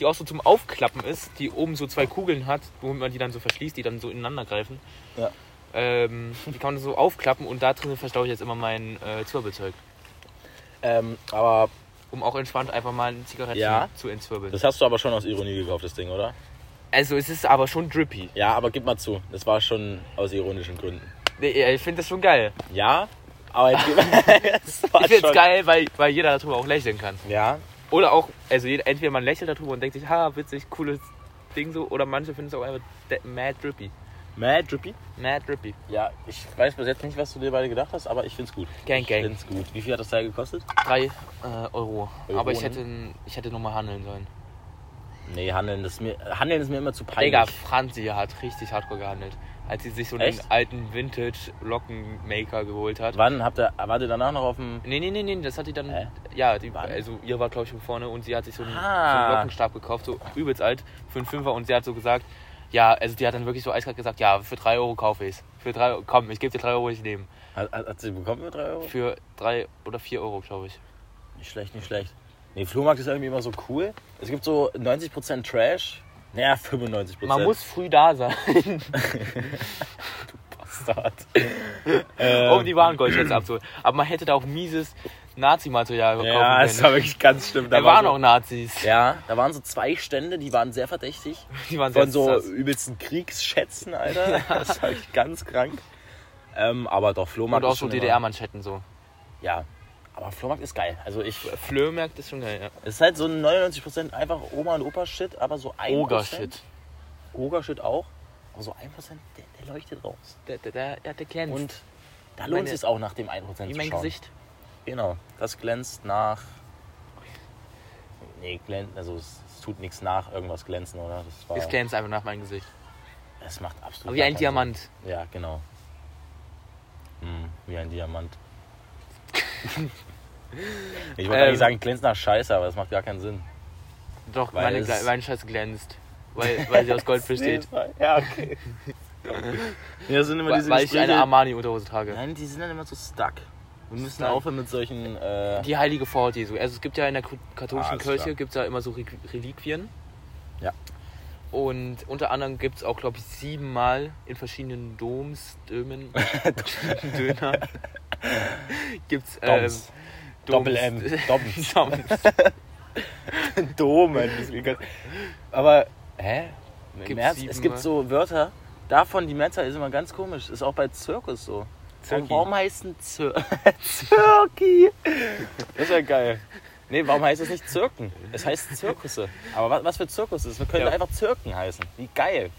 A: die auch so zum Aufklappen ist, die oben so zwei Kugeln hat, womit man die dann so verschließt, die dann so ineinander greifen.
B: Ja.
A: Ähm, die kann man so aufklappen und da drin verstaue ich jetzt immer mein äh, Zwirbelzeug.
B: Ähm, aber
A: Um auch entspannt einfach mal ein Zigaretten
B: Ja.
A: zu entzwirbeln.
B: das hast du aber schon aus Ironie gekauft, das Ding, oder?
A: Also es ist aber schon drippy.
B: Ja, aber gib mal zu. Das war schon aus ironischen Gründen.
A: Nee, Ich finde das schon geil.
B: Ja, aber jetzt gib das war
A: Ich finde
B: schon-
A: es geil, weil, weil jeder darüber auch lächeln kann.
B: Ja,
A: Oder auch, also jeder, entweder man lächelt darüber und denkt sich, ha, witzig, cooles Ding so, oder manche finden es auch einfach de- mad drippy.
B: mad drippy.
A: Mad drippy.
B: Ja, ich weiß bis jetzt nicht, was du dir beide gedacht hast, aber ich find's gut.
A: Gang,
B: ich
A: gang.
B: find's gut. Wie viel hat das Teil gekostet?
A: Drei äh, Euro.
B: Euro,
A: Aber ich
B: ne?
A: hätte, ich hätte nochmal handeln sollen.
B: Nee, handeln ist mir, handeln ist mir immer zu peinlich.
A: Digga, Franzi hat richtig hardcore gehandelt. Als sie sich so einen
B: Echt?
A: alten Vintage-Lockenmaker geholt hat.
B: Wann habt ihr, wart ihr danach noch auf dem.
A: Nee, nee, nee, nee, das hat die dann.
B: Hä?
A: Ja, die,
B: Wann?
A: also ihr war, glaube ich, schon vorne und sie hat sich so einen, so
B: Ah.
A: einen Lockenstab gekauft, so übelst alt, für einen Fünfer und sie hat so gesagt, ja, also die hat dann wirklich so eiskalt gesagt, ja, für drei Euro kaufe ich's. Für drei, Euro- komm, ich gebe dir drei Euro, ich nehme.
B: Hat, hat, hat sie bekommen mit 3 Euro?
A: Für drei oder vier Euro, glaube ich.
B: Nicht schlecht, nicht schlecht. Nee, Flohmarkt ist irgendwie immer so cool. Es gibt so 90% Trash. Naja, 95%.
A: Man muss früh da sein,
B: Bastard. Ähm.
A: um die Warengoldschätze abzuholen. Aber man hätte da auch mieses Nazi-Material kaufen
B: Ja, es
A: können.
B: war wirklich ganz schlimm.
A: Da waren
B: so,
A: auch Nazis.
B: Ja, da waren so zwei Stände, die waren sehr verdächtig.
A: Die waren
B: Von
A: selbst
B: so
A: krass.
B: übelsten Kriegsschätzen, Alter. Das war ich ganz krank. Ähm, aber doch, Flohmarkt
A: Und auch
B: ist
A: so
B: schon
A: DDR-Manschetten so.
B: Immer, ja, aber Flohmarkt ist geil. Also ich,
A: Flöhmärkt ist schon geil, ja.
B: es ist halt so 99% einfach Oma- und Opa-Shit, aber so 1%.
A: Ogershit.
B: Oger-Shit auch. Aber so 1%, der, der leuchtet raus.
A: Der, der, der, der, der glänzt.
B: Und da
A: Meine-
B: lohnt es auch nach dem 1%
A: Wie
B: zu
A: mein
B: schauen.
A: Gesicht.
B: Genau, das glänzt nach. Nee, glänzt, also es, es tut nichts nach irgendwas glänzen, oder? Das war,
A: Es glänzt einfach nach meinem Gesicht.
B: Das macht absolut.
A: Aber wie
B: gar
A: ein
F: halt
B: keinen
A: Diamant.
B: Sinn. Ja, genau. Hm, wie ein Diamant. ich wollte
A: Ähm.
B: eigentlich sagen, glänzt nach Scheiße, aber das macht gar keinen Sinn.
A: Doch,
B: Weil
A: meine,
B: es-
A: Gla- meine Scheiße glänzt. Weil, weil sie aus Gold besteht.
B: Ja, okay. ja, das sind immer
A: Weil,
B: diese
A: weil ich eine
B: Gespräche-
A: Armani-Unterhose trage.
B: Nein, die sind dann immer so stuck. Wir müssen aufhören mit solchen. Äh,
A: Die heilige Faulty. So. Also es gibt ja in der ku- katholischen
F: Alles
A: Kirche
F: klar.
A: gibt's ja immer so Re- Reliquien.
B: Ja.
A: Und unter anderem gibt es auch, glaube ich, siebenmal in verschiedenen Doms, Dömen, Döner, äh, gibt es
F: Doms. Doppel M. Doms.
B: Domen. Aber, hä? Im
A: Gibt's
B: Ernst?
A: sieben,
B: Es gibt
A: ne?
B: so Wörter, davon die Mehrzahl ist immer ganz komisch. Ist auch bei Zirkus so.
F: Zirki.
B: Warum heißt ein Zir Zirki?
F: Das ist ja geil.
B: Nee, warum heißt es nicht Zirken? Es heißt Zirkusse. Aber was, was für Zirkus ist? Wir könnten
A: Ja.
B: einfach Zirken heißen. Wie geil.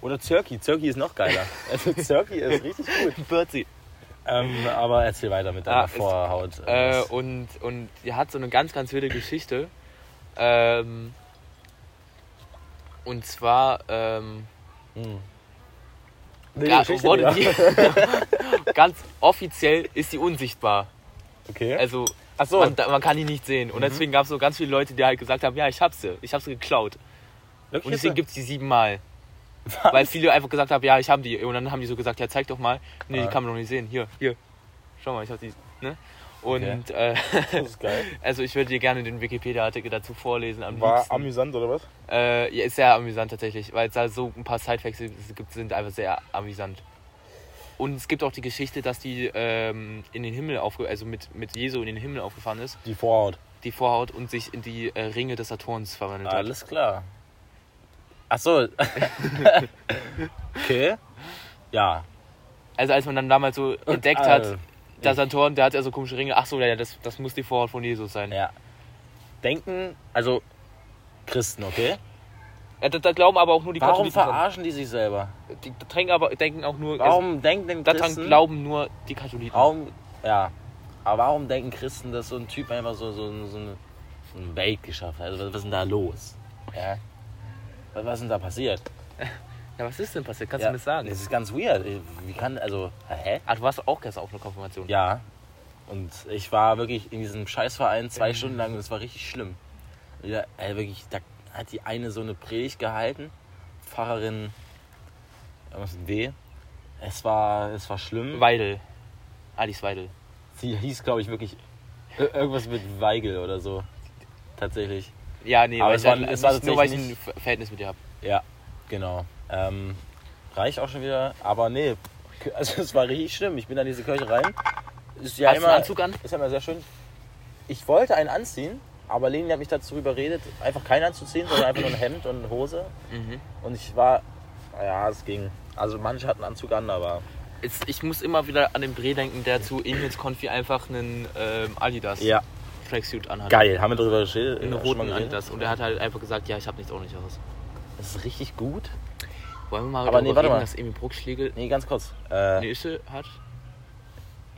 B: Oder Zirki. Zirki ist noch geiler. Also Zirki ist richtig gut.
A: Birzi.
B: Ähm, aber erzähl weiter mit deiner
A: Ah, ist-
B: Vorhaut.
A: Äh, und, und die hat so eine ganz, ganz wilde Geschichte. Ähm, und zwar ähm,
B: Wilde
A: ja,
B: Geschichte,
A: wurde
B: Digga.
A: die, ganz offiziell ist sie unsichtbar.
B: Okay.
A: Also
B: Ach so. Mhm.
A: man, man kann die nicht sehen. Und deswegen gab es so ganz viele Leute, die halt gesagt haben, ja, ich hab sie, ich hab sie geklaut. Und deswegen gibt es die siebenmal. Weil viele einfach gesagt haben, ja, ich habe die. Und dann haben die so gesagt, ja, zeig doch mal. Nee, die
B: Ah.
A: kann man noch nicht sehen. Hier, hier. Schau mal, ich habe die. Ne? Und äh,
B: das ist geil.
A: also ich würde dir gerne den Wikipedia-Artikel dazu vorlesen. Am
F: War
A: liebsten.
F: amüsant, oder was?
A: Äh, ja, ist sehr amüsant tatsächlich, weil es da so ein paar Sidefacts gibt, sind einfach sehr amüsant. Und es gibt auch die Geschichte, dass die ähm, in den Himmel aufge also mit, mit Jesu in den Himmel aufgefahren ist,
B: Die Vorhaut.
A: die Vorhaut und sich in die äh, Ringe des Saturns verwandelt hat.
B: Alles klar. Ach so. okay. Ja.
A: Also als man dann damals so entdeckt
B: äh,
A: hat, der Saturn, der hat ja so komische Ringe, ach so, ja, das, das muss die Vorhaut von Jesus sein.
B: Ja. Denken, also Christen, okay?
A: Äh, Da, da glauben aber auch nur die
B: Warum
A: Katholiken. dran.
B: verarschen die sich selber?
A: Die denken aber denken auch nur,
B: Warum denken denn
A: also, daran
B: Christen?
A: glauben nur die Katholiken.
B: Warum, ja. Aber warum denken Christen, dass so ein Typ einfach so, so, so, eine, so eine Welt geschafft hat? Also, was, was ist denn da los? Ja. Was, was ist denn da passiert?
A: Ja, was ist denn passiert? Kannst
B: ja.
A: du mir das sagen?
B: Das ist ganz weird. Wie kann, also, hä?
A: Ah, du warst auch gestern auf einer Konfirmation.
B: Ja. Und ich war wirklich in diesem Scheißverein zwei Stunden lang und es war richtig schlimm. Und Ja, ey, wirklich, da hat die eine so eine Predigt gehalten. Pfarrerin irgendwas mit D. Es war, es war schlimm.
A: Weidel. Alice Weidel.
B: Sie hieß, glaube ich, wirklich i- irgendwas mit Weigel oder so. Tatsächlich.
A: Ja, nee,
B: Aber
A: weil
B: es
A: ich
B: war-
A: halt-
B: es war
A: nicht nur, weil ich
B: tatsächlich
A: ein Ver- Verhältnis mit dir habe.
B: Ja, genau. Ähm, reicht auch schon wieder. Aber nee, also es war richtig schlimm. Ich bin an diese Kirche rein. Ist ja
A: Hast du
B: immer,
A: einen Anzug an?
B: Ist ja immer sehr schön. Ich wollte einen anziehen, aber Leni hat mich dazu überredet, einfach keinen anzuziehen, sondern einfach nur ein Hemd und eine Hose.
A: Mhm.
B: Und ich war, ja, es ging. Also manche hatten Anzug an, aber
A: Jetzt, ich muss immer wieder an den Dreh denken, der zu Ingels Konfi einfach einen ähm, Adidas
B: ja,
A: Tracksuit anhat.
B: geil. Haben wir darüber geredet?
A: Einen
B: Schon mal
A: roten
B: geredet?
A: Adidas. Und er hat halt einfach gesagt, ja, ich habe nichts ordentliches.
B: Das ist richtig gut.
A: Wollen wir mal
B: Aber
A: darüber
B: nee, warte
A: reden,
B: mal.
A: dass Emil Bruckschlegel
B: Nee, ganz kurz. Äh,
A: eine Ische hat?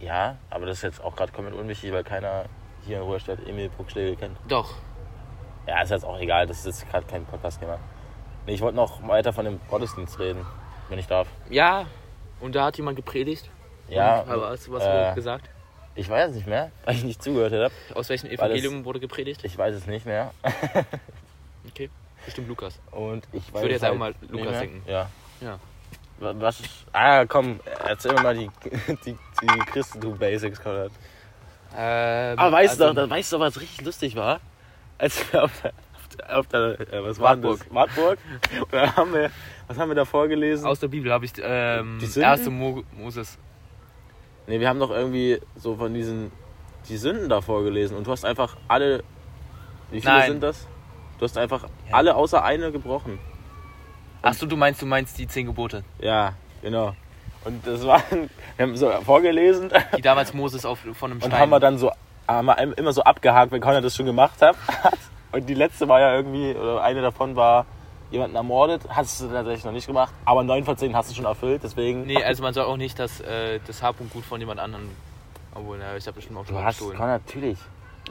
B: Ja, aber das ist jetzt auch gerade komplett unwichtig, weil keiner hier in Ruhrstadt Emil Bruckschläge kennt.
A: Doch.
B: Ja, ist jetzt auch egal, das ist jetzt gerade kein Podcast-Thema. Nee, ich wollte noch weiter von dem Gottesdienst reden, wenn ich darf.
A: Ja. Und da hat jemand gepredigt.
B: Ja,
A: Aber hast du was
B: äh,
A: gesagt?
B: ich weiß es nicht mehr, weil ich nicht zugehört habe.
A: Aus welchem
B: weil es-
A: Evangelium wurde gepredigt?
B: Ich weiß es nicht mehr.
A: Okay. Bestimmt Lukas.
B: Und ich weiß
A: würde jetzt
B: es halt
A: einfach mal
B: nicht
A: Lukas
B: mehr.
A: denken.
B: Ja.
A: Ja.
B: Wa- Was ist. Ah, komm, erzähl mir mal die, die, die Christentum-Basics, Konrad.
A: Ähm,
B: Aber Ah, weißt du
A: also-
B: doch, dann weißt du doch, was richtig lustig war? Als wir auf der, auf der, auf der äh, was war denn das? Wartburg. Und dann haben wir, was haben wir da vorgelesen?
A: Aus der Bibel habe ich ähm,
B: Hm. Die Sünden?
A: 1. Mo Moses.
B: Ne, wir haben doch irgendwie so von diesen, die Sünden da vorgelesen und du hast einfach alle, wie viele
A: Nein.
B: sind das? Du hast einfach alle außer eine gebrochen.
A: Achso, du meinst, du meinst die zehn Gebote,
B: Ja, genau. Und das waren, wir haben so vorgelesen
A: die damals Moses auf, von einem
B: und
A: Stein.
B: haben wir dann so, haben wir einem immer so abgehakt, wenn Conrad das schon gemacht hat. Und die letzte war ja irgendwie, oder eine davon war, jemanden ermordet, hast du tatsächlich noch nicht gemacht, aber neun von zehn hast du schon erfüllt, deswegen.
A: nee, also man soll auch nicht das, äh, das Hab und Gut von jemand anderem. Obwohl, naja, ich habe bestimmt auch schon
B: Du
A: mal
B: hast,
A: gestohlen.
B: Konrad, natürlich.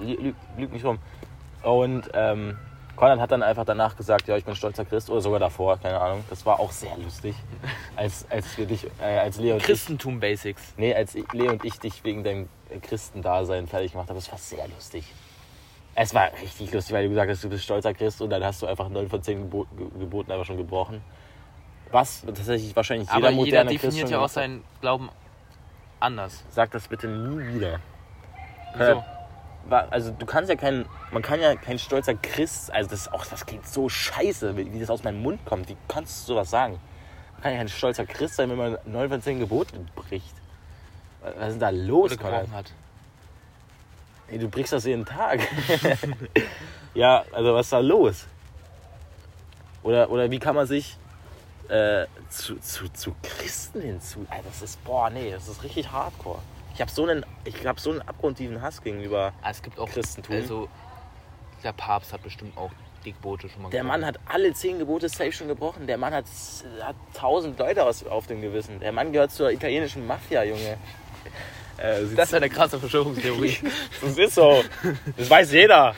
B: Lü- Lüg, lüg nicht rum. Und ähm, Konrad hat dann einfach danach gesagt, ja, ich bin stolzer Christ. Oder sogar davor, keine Ahnung. Das war auch sehr lustig, als, als wir dich, äh, als Leo und
A: Christentum Basics.
B: ich, nee, als ich- Leo und ich dich wegen deinem äh, Christendasein fertig gemacht haben. Das war sehr lustig. Es war richtig lustig, weil du gesagt hast, du bist stolzer Christ und dann hast du einfach neun von zehn Gebo Ge- Geboten einfach schon gebrochen. Was tatsächlich wahrscheinlich jeder
A: Aber jeder
B: moderne Christ
A: definiert
B: schon
A: ja auch
B: gemacht hat.
A: seinen Glauben anders.
B: Sag das bitte nie wieder.
A: Wieso?
B: Wa- Also du kannst ja kein, man kann ja kein stolzer Christ, also das ist auch, das klingt so scheiße, wie wie das aus meinem Mund kommt. Wie kannst du sowas sagen? Man kann ja kein stolzer Christ sein, wenn man neun von zehn Geboten bricht. Wa- Was ist denn da los,
A: Oder
B: Konrad?
A: gebrochen hat.
B: Ey, du brichst das jeden Tag. ja, also was ist da los? Oder, oder wie kann man sich äh, zu, zu, zu Christen hinzu... Ey, das ist, boah, nee, das ist richtig hardcore. Ich habe so einen, ich hab so einen abgrundtiefen Hass gegenüber...
A: Ah, Es gibt auch
B: Christentum.
A: Also, der Papst hat bestimmt auch Dickboote schon mal
B: Der Mann hat alle zehn Gebote safe schon gebrochen. Der Mann hat, hat tausend Leute aus, auf dem Gewissen. Der Mann gehört zur italienischen Mafia, Junge. Äh, sieht-
A: Das ist eine krasse Verschwörungstheorie.
B: Das ist so. Das weiß jeder.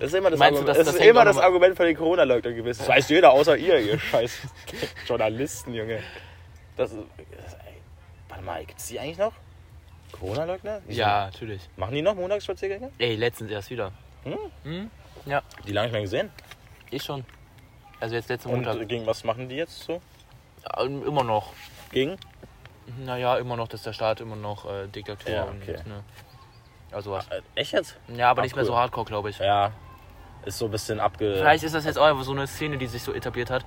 B: Das ist immer das,
A: Meinst du,
B: Argument,
A: dass
B: das,
A: das
B: ist
A: hängt auch
B: immer das
A: nochmal-
B: Argument von den Corona-Leugnern gewesen. Das weiß jeder, außer ihr, ihr scheiß Journalisten, Junge. Das, ist- das ey, warte mal, gibt's die eigentlich noch? Corona-Leugner? Die
A: ja, natürlich.
B: sind- Machen die noch Montagsspaziergänge?
A: Ey, letztens erst wieder.
B: Die lange nicht mehr gesehen.
A: Ich schon. Also jetzt letzten
B: Und
A: Montag.
B: äh, gegen was machen die jetzt so?
A: Ähm, immer noch.
B: Gegen?
A: Naja, immer noch, dass der Staat immer noch äh, Diktatur
B: Ja,
A: und.
B: okay.
A: Ne, also was.
B: Äh, echt jetzt?
A: Ja, aber
B: Ah,
A: nicht mehr
B: cool.
A: so hardcore, glaube ich.
B: Ja. Ist so ein bisschen abge.
A: Vielleicht ist das jetzt auch einfach so eine Szene, die sich so etabliert hat.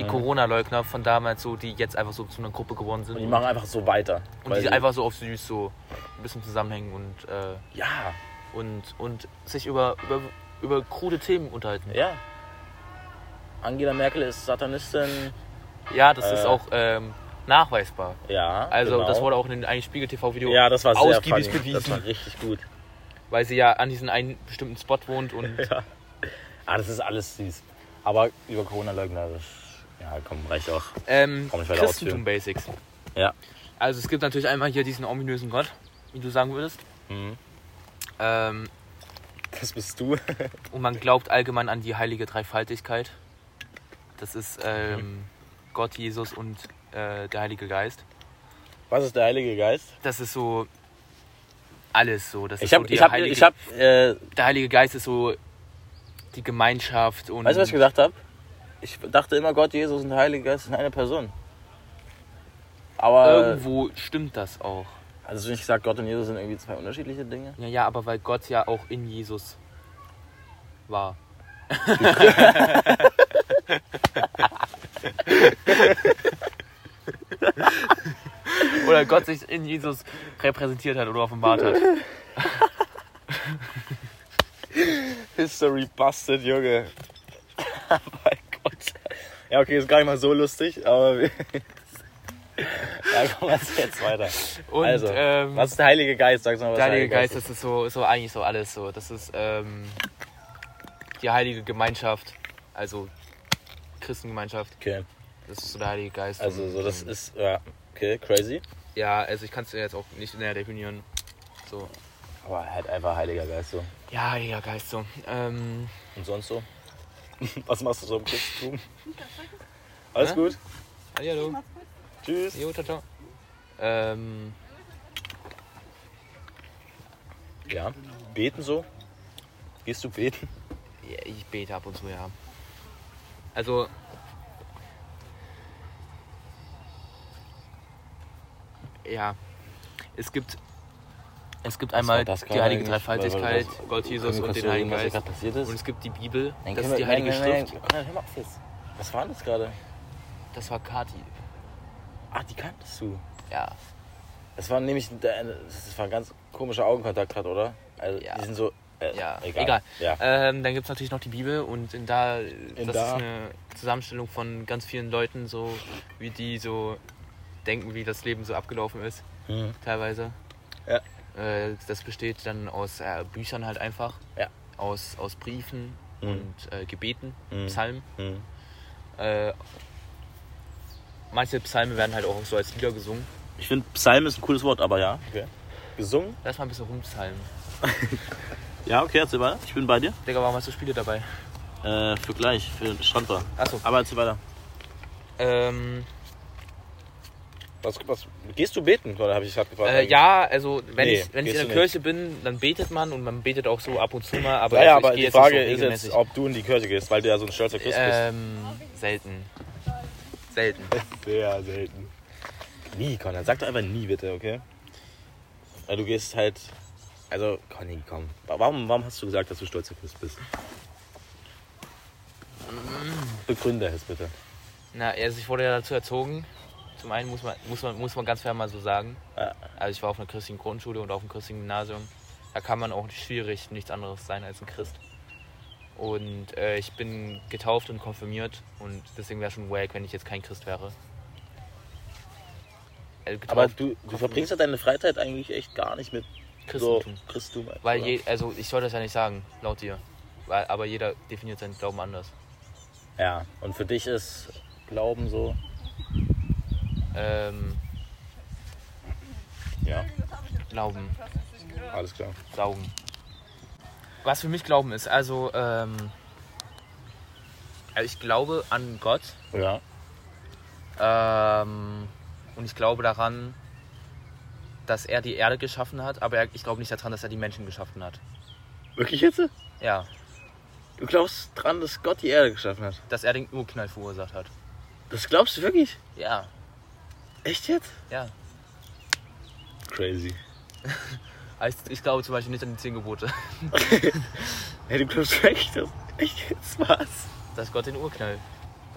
A: Die
B: Mhm.
A: Corona-Leugner von damals so, die jetzt einfach so zu einer Gruppe geworden sind.
B: Und die machen einfach so weiter.
A: und die einfach so auf süß so ein bisschen zusammenhängen und, äh,
B: Ja,
A: und, und sich über, über, über krude Themen unterhalten.
B: ja. Angela Merkel ist Satanistin.
A: Ja, das ist
B: Äh.
A: auch ähm, nachweisbar.
B: Ja.
A: Also
B: genau.
A: das wurde auch in dem eigentlich Spiegel-TV-Video
B: Ja, das war sehr
A: ausgiebig
B: funny. Das war
A: bewiesen,
B: richtig gut.
A: weil sie ja an diesem einen bestimmten Spot wohnt und
B: Ah, das ist alles süß. Aber über Corona-Leugner, das- ja, komm, reicht auch.
A: ähm,
B: Komm, ich werde
A: Christentum Basics.
B: Ja.
A: Also es gibt natürlich einmal hier diesen ominösen Gott, wie du sagen würdest.
B: Mhm.
A: Ähm,
B: Das bist du.
A: und man glaubt allgemein an die heilige Dreifaltigkeit. Das
B: Mhm.
A: ist ähm, Gott, Jesus und äh, der Heilige Geist.
B: Was ist der Heilige Geist?
A: Das ist so alles so. Das
B: Ich
A: ist so
B: habe,
A: die
B: ich habe,
A: heilige,
B: ich habe, äh,
A: der Heilige Geist ist so die Gemeinschaft und
B: weißt du, was ich gedacht habe? Ich dachte immer, Gott, Jesus und der Heilige Geist sind eine Person. Aber,
A: irgendwo stimmt das auch.
B: also wenn ich sage, Gott und Jesus sind irgendwie zwei unterschiedliche Dinge.
A: Ja, ja, aber weil Gott ja auch in Jesus war. oder Gott sich in Jesus repräsentiert hat oder offenbart hat.
B: History busted, Junge. Oh mein Gott. Ja, okay, ist gar nicht mal so lustig, aber wir- ja, komm, was jetzt weiter?
A: Und
B: also,
A: ähm,
B: was ist der Heilige Geist? Sag's mal, was
A: der Heilige Geist, das ist so, ist so eigentlich so alles so. Das ist ähm, die heilige Gemeinschaft, also Christengemeinschaft.
B: Okay,
A: Das ist so der Heilige Geist.
B: also so,
A: Und,
B: das
A: ähm,
B: ist, ja, okay, crazy.
A: Ja, also ich kann es dir jetzt auch nicht näher definieren. So.
B: Aber halt einfach Heiliger Geist so.
A: Ja, Heiliger Geist, so. Ähm,
B: Und sonst so? was machst du so im Christentum? Alles
A: Hä?
B: gut,
A: hallo.
B: tschüss.
A: Jo, ciao, ciao. Ähm,
B: Ja, beten so? Gehst du beten?
A: ja, ich bete ab und zu, ja. Also. Ja. Es gibt. Es gibt einmal
B: war das
A: die
B: gerade
A: Heilige
B: eigentlich?
A: Dreifaltigkeit,
B: Weil- weil das-
A: Gott, Jesus
B: Können wir
A: und
B: kurz
A: den
B: so
A: Heiligen
B: reden, was hier
A: Geist.
B: gerade passiert ist?
A: Und es gibt die Bibel,
B: Nein,
A: das
B: können
A: ist
B: wir-
A: die Heilige
B: nein, nein,
A: Schrift.
B: nein, nein, hör mal auf jetzt. Was war denn das gerade?
A: Das war Kati.
B: Ah, die kanntest du.
A: Ja.
B: Das war nämlich das war ein ganz komischer Augenkontakt gerade, oder? Also
A: Ja.
B: die sind so äh,
A: Ja,
B: egal. Äh,
A: egal.
B: Ja.
A: Ähm, dann gibt es natürlich noch die Bibel und in da, das
B: da.
A: ist eine Zusammenstellung von ganz vielen Leuten, so wie die so denken, wie das Leben so abgelaufen ist,
B: Mhm.
A: teilweise.
B: Ja.
A: Äh, das besteht dann aus äh, Büchern halt einfach,
B: Ja.
A: aus, aus Briefen
B: Mhm.
A: und äh, Gebeten,
B: Mhm.
A: Psalmen.
B: Mhm.
A: Äh, manche Psalme werden halt auch so als Lieder gesungen.
B: Ich finde Psalm ist ein cooles Wort, aber ja. Okay. Gesungen?
A: Lass mal ein bisschen rumpsalmen.
B: Ja, okay, erzähl weiter. Ich bin bei dir.
A: Digga, warum hast du Spiele dabei?
B: Äh, für gleich, für Strandbar.
A: Achso,
B: Aber erzähl weiter.
A: ähm,
B: Was, was gehst du beten, oder habe ich gerade gefragt?
A: Äh, ja, also wenn
B: Nee,
A: ich, wenn ich
B: gehst
A: in der
B: du nicht.
A: Kirche bin, dann betet man und man betet auch so ab und zu mal, aber,
B: Ja, ja,
A: also
B: aber
A: ich geh
B: die
A: jetzt nicht
B: Frage
A: so
B: ist jetzt,
A: regelmäßig.
B: ob du in die Kirche gehst, weil du ja so ein stolzer Christ
A: ähm, selten. Selten.
B: bist. Sehr selten. Nie, Conrad. Sag doch einfach nie bitte, okay? Weil du gehst halt. Also, Conny, komm. Wa- Warum, warum hast du gesagt, dass du stolzer Christ bist? Begründe es bitte.
A: Na, also ich wurde ja dazu erzogen. Zum einen muss man, muss man, muss man ganz fair mal so sagen.
B: Ja.
A: Also ich war auf einer christlichen Grundschule und auf einem christlichen Gymnasium. Da kann man auch schwierig nichts anderes sein als ein Christ. Und äh, ich bin getauft und konfirmiert und deswegen wäre schon wack, wenn ich jetzt kein Christ wäre. Also getauft,
B: Aber du, du verbringst ja deine Freizeit eigentlich echt gar nicht mit so
A: Christentum.
B: Christum.
A: Weil
B: oder?
A: je, also ich soll das ja nicht sagen, laut dir. Weil, aber jeder definiert seinen Glauben anders.
B: Ja, und für dich ist Glauben so.
A: Ähm,
B: Ja,
A: Glauben.
B: alles klar.
A: Saugen. Was für mich Glauben ist, also, ähm, also ich glaube an Gott
B: Ja.
A: ähm, und ich glaube daran, dass er die Erde geschaffen hat, aber er- ich glaube nicht daran, dass er die Menschen geschaffen hat.
B: Wirklich jetzt?
A: Ja,
B: Du glaubst dran, dass Gott die Erde geschaffen hat?
A: dass er den Urknall verursacht hat.
B: Das glaubst du wirklich?
A: Ja,
B: Echt jetzt?
A: ja.
B: Crazy.
A: Also ich glaube zum Beispiel nicht an die zehn Gebote,
B: Hey, du glaubst wirklich das? Echt jetzt? Was?
A: dass Gott den Urknall